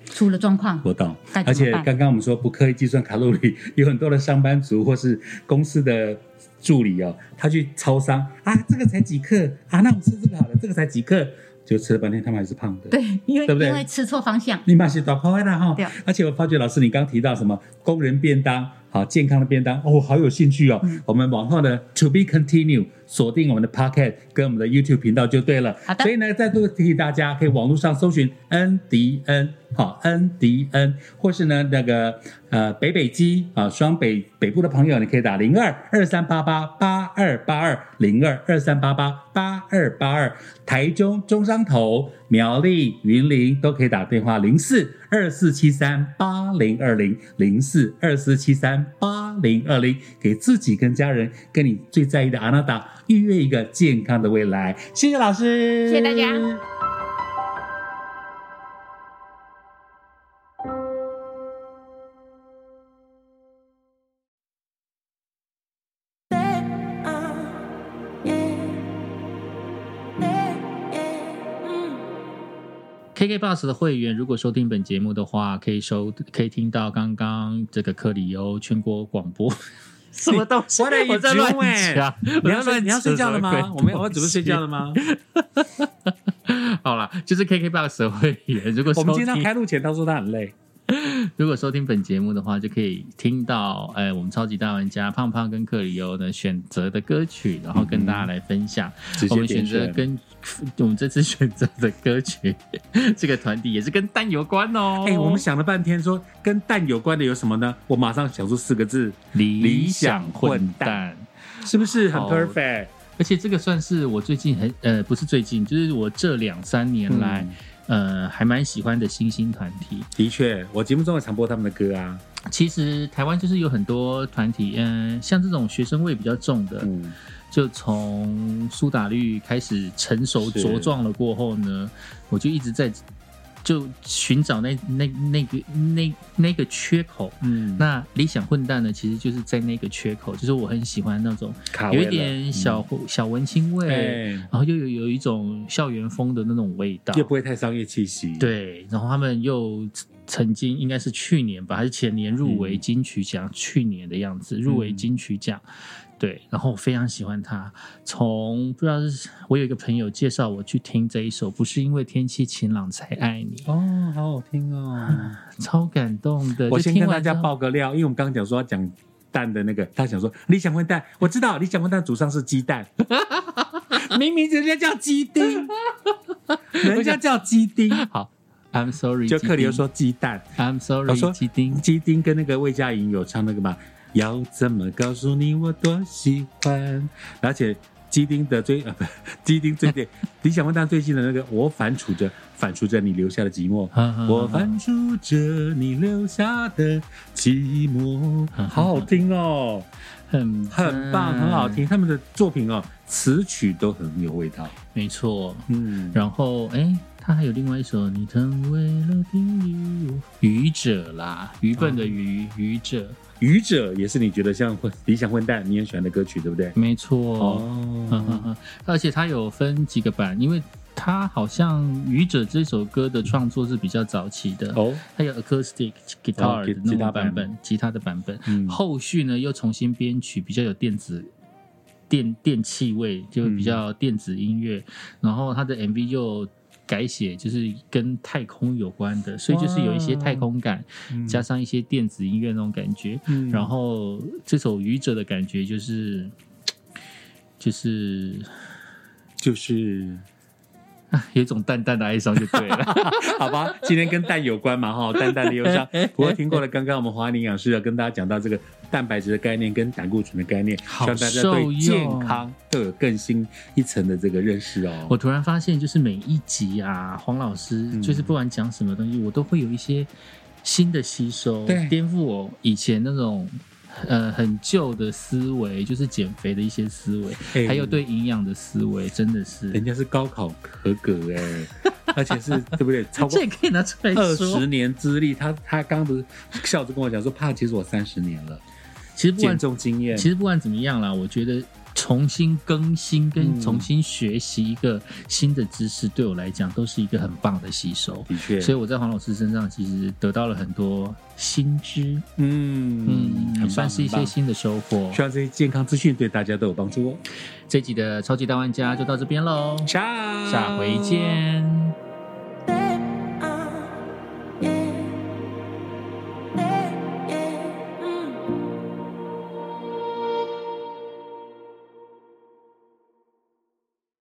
Speaker 3: 出了状况，
Speaker 1: 我懂
Speaker 3: 该怎么。办
Speaker 1: 而且刚刚我们说不刻意计算卡路里，有很多的上班族或是公司的助理哦，他去超商啊，这个才几克啊，那我们吃这个好了，这个才几克，就吃了半天，他们还是胖的。。
Speaker 3: 对，因为
Speaker 1: 对不对
Speaker 3: 因为吃错方向，
Speaker 1: 你嘛是大破坏啦哈
Speaker 3: 对！
Speaker 1: 而且我发觉老师你刚提到什么工人便当，好健康的便当哦，我好有兴趣哦。
Speaker 3: 嗯
Speaker 1: 我们往后呢 To Be Continue 锁定我们的 Pocket 跟我们的 YouTube 频道就对了。
Speaker 3: 好的
Speaker 1: 所以呢，再度提醒大家可以网络上搜寻恩迪恩，好恩迪恩，或是呢那个呃北北基啊，双北北部的朋友，你可以打零二二三八八八二八二零二二三八八八二八二，台中中山头、苗栗、云林都可以打电话零四二四七三八零二零零四二四七三八零二零，给自己跟家人跟你最在意的阿娜达预约一个健康的未来。谢谢老师，
Speaker 3: 谢谢大家。
Speaker 2: KK Bus 的会员，如果收听本节目的话，可以收可以听到刚刚这个克里欧全国广 播。什么东西？
Speaker 1: What are you
Speaker 2: 我在乱
Speaker 1: doing？
Speaker 2: 讲。
Speaker 1: 你
Speaker 2: 我
Speaker 1: 要
Speaker 2: 在
Speaker 1: 睡
Speaker 2: 乱
Speaker 1: 你要睡觉了
Speaker 2: 扯什
Speaker 1: 吗？
Speaker 2: 么
Speaker 1: 我
Speaker 2: 鬼
Speaker 1: 们我要准备睡觉了吗？
Speaker 2: 东 西？好啦，就是 KK Bus 的会员，如果
Speaker 1: 我们
Speaker 2: 收
Speaker 1: 今天
Speaker 2: 听
Speaker 1: 开录前，他说他很累。
Speaker 2: 如果收听本节目的话，就可以听到，呃，我们超级大玩家胖胖跟克里欧呢选择的歌曲，然后跟大家来分享。
Speaker 1: 嗯直接
Speaker 2: 我们
Speaker 1: 点
Speaker 2: 选择
Speaker 1: 选
Speaker 2: 跟我们这次选择的歌曲， 这个团体也是跟蛋有关哦。
Speaker 1: 哎、我们想了半天说跟蛋有关的有什么呢？我马上想出四个字，
Speaker 2: 理
Speaker 1: 想
Speaker 2: 想
Speaker 1: 混
Speaker 2: 混蛋。
Speaker 1: 是不是很
Speaker 2: 好
Speaker 1: perfect？
Speaker 2: 而且这个算是我最近很呃，不是最近，就是我这两三年来、
Speaker 1: 嗯
Speaker 2: 呃还蛮喜欢的新兴团体。
Speaker 1: 的确，我节目中也常播他们的歌啊。
Speaker 2: 其实台湾就是有很多团体，嗯、像这种学生味比较重的，
Speaker 1: 嗯，
Speaker 2: 就从苏打绿开始成熟
Speaker 1: 是
Speaker 2: 茁壮了过后呢，我就一直在就寻找那那那个那那个缺口。
Speaker 1: 嗯
Speaker 2: 那理想混蛋呢，其实就是在那个缺口，就是我很喜欢那种
Speaker 1: 卡
Speaker 2: 有
Speaker 1: 位
Speaker 2: 一
Speaker 1: 了
Speaker 2: 点小、小文青味，
Speaker 1: 嗯
Speaker 2: 然后又有有一种校园风的那种味道
Speaker 1: 哎，又不会太商业气息。，
Speaker 2: 对，然后他们又曾经应该是去年吧，还是前年入围
Speaker 1: 嗯
Speaker 2: 金曲奖，去年的样子入围
Speaker 1: 嗯
Speaker 2: 金曲奖。对，然后我非常喜欢他。从不知道是我有一个朋友介绍我去听这一首，不是因为天气晴朗才爱你，
Speaker 1: 哦，好好听哦。
Speaker 2: 超感动的。
Speaker 1: 我
Speaker 2: 就
Speaker 1: 先
Speaker 2: 听
Speaker 1: 跟大
Speaker 2: 完
Speaker 1: 家
Speaker 2: 之后
Speaker 1: 爆个料，因为我们刚刚讲说要讲蛋的那个，他想说理想混蛋，我知道理想混蛋祖上是鸡蛋， 明明人家叫鸡丁， 人家叫鸡丁，
Speaker 2: 好，I'm sorry，
Speaker 1: 就克里又
Speaker 2: 又
Speaker 1: 说鸡蛋。
Speaker 2: I'm
Speaker 1: 我
Speaker 2: sorry，
Speaker 1: 说
Speaker 2: 基丁，
Speaker 1: 基丁跟那个魏佳莹有唱那个嘛，要怎么告诉你我多喜欢？而且基丁的最 呃不，基丁最对 理想混蛋最近的那个，我反刍着反刍着你留下的寂 寞，我反刍着你留下的寂寞， 好好听哦，
Speaker 2: 很
Speaker 1: 很棒，很好，听。他们的作品哦，词曲都很有味道。
Speaker 2: 没错。
Speaker 1: 嗯，
Speaker 2: 然后，哎，他还有另外一首《你曾为了定义我》，愚者啦，愚笨的愚，愚者，
Speaker 1: 愚者也是你觉得像混理想混蛋你很喜欢的歌曲，对不对？
Speaker 2: 没错。嗯嗯
Speaker 1: 哦，
Speaker 2: 嗯，而且它有分几个版，因为它好像《愚者》这首歌的创作是比较早期的，
Speaker 1: 哦，
Speaker 2: 它有 acoustic guitar
Speaker 1: 哦
Speaker 2: 的
Speaker 1: 吉
Speaker 2: 那
Speaker 1: 吉他
Speaker 2: 种版
Speaker 1: 版
Speaker 2: 本，吉他的版本。
Speaker 1: 嗯
Speaker 2: 后续呢又重新编曲，比较有电子电电气味，就比较电子音乐。然后它的 MV 又改写，就是跟太空有关的，所以就是有一些太空感，
Speaker 1: 嗯
Speaker 2: 加上一些电子音乐那种感觉。
Speaker 1: 嗯
Speaker 2: 然后这首《愚者》的感觉就是。就是
Speaker 1: 就是
Speaker 2: 啊，有一种淡淡的哀伤就对了。
Speaker 1: 好吧，今天跟蛋有关嘛 哈，蛋蛋的忧伤。不过听过了刚刚我们华宁营养师要跟大家讲到这个蛋白质的概念跟胆固醇的概念，希
Speaker 2: 好
Speaker 1: 望大家
Speaker 2: 受
Speaker 1: 对
Speaker 2: 用
Speaker 1: 健康都有更新一层的这个认识哦。
Speaker 2: 我突然发现，就是每一集啊，黄老
Speaker 1: 嗯
Speaker 2: 师就是不管讲什么东西，我都会有一些新的吸收，
Speaker 1: 对
Speaker 2: 颠覆我以前那种呃很旧的思维，就是减肥的一些思维，
Speaker 1: 哎
Speaker 2: 还有对营养的思维，真的是
Speaker 1: 人家是高考合格哎，而且是对不对？超过
Speaker 2: 这也可以拿出来
Speaker 1: 二
Speaker 2: 说
Speaker 1: 十。年资历，他他刚不是笑着跟我讲说，怕其实我三十年了，
Speaker 2: 其实不管
Speaker 1: 减重经验。
Speaker 2: 其实不管怎么样啦，我觉得重新更新跟
Speaker 1: 嗯
Speaker 2: 重新学习一个新的知识，对我来讲都是一个很棒的吸收。
Speaker 1: 的确，
Speaker 2: 所以我在黄老师身上其实得到了很多新知，
Speaker 1: 嗯，很
Speaker 2: 嗯，也
Speaker 1: 棒
Speaker 2: 算是一
Speaker 1: 很
Speaker 2: 些
Speaker 1: 棒
Speaker 2: 新的收获
Speaker 1: 希。望这些健康资讯对大家都有帮助哦。
Speaker 2: 这集的超级大玩家就到这边喽，
Speaker 1: 下
Speaker 2: 下回。见。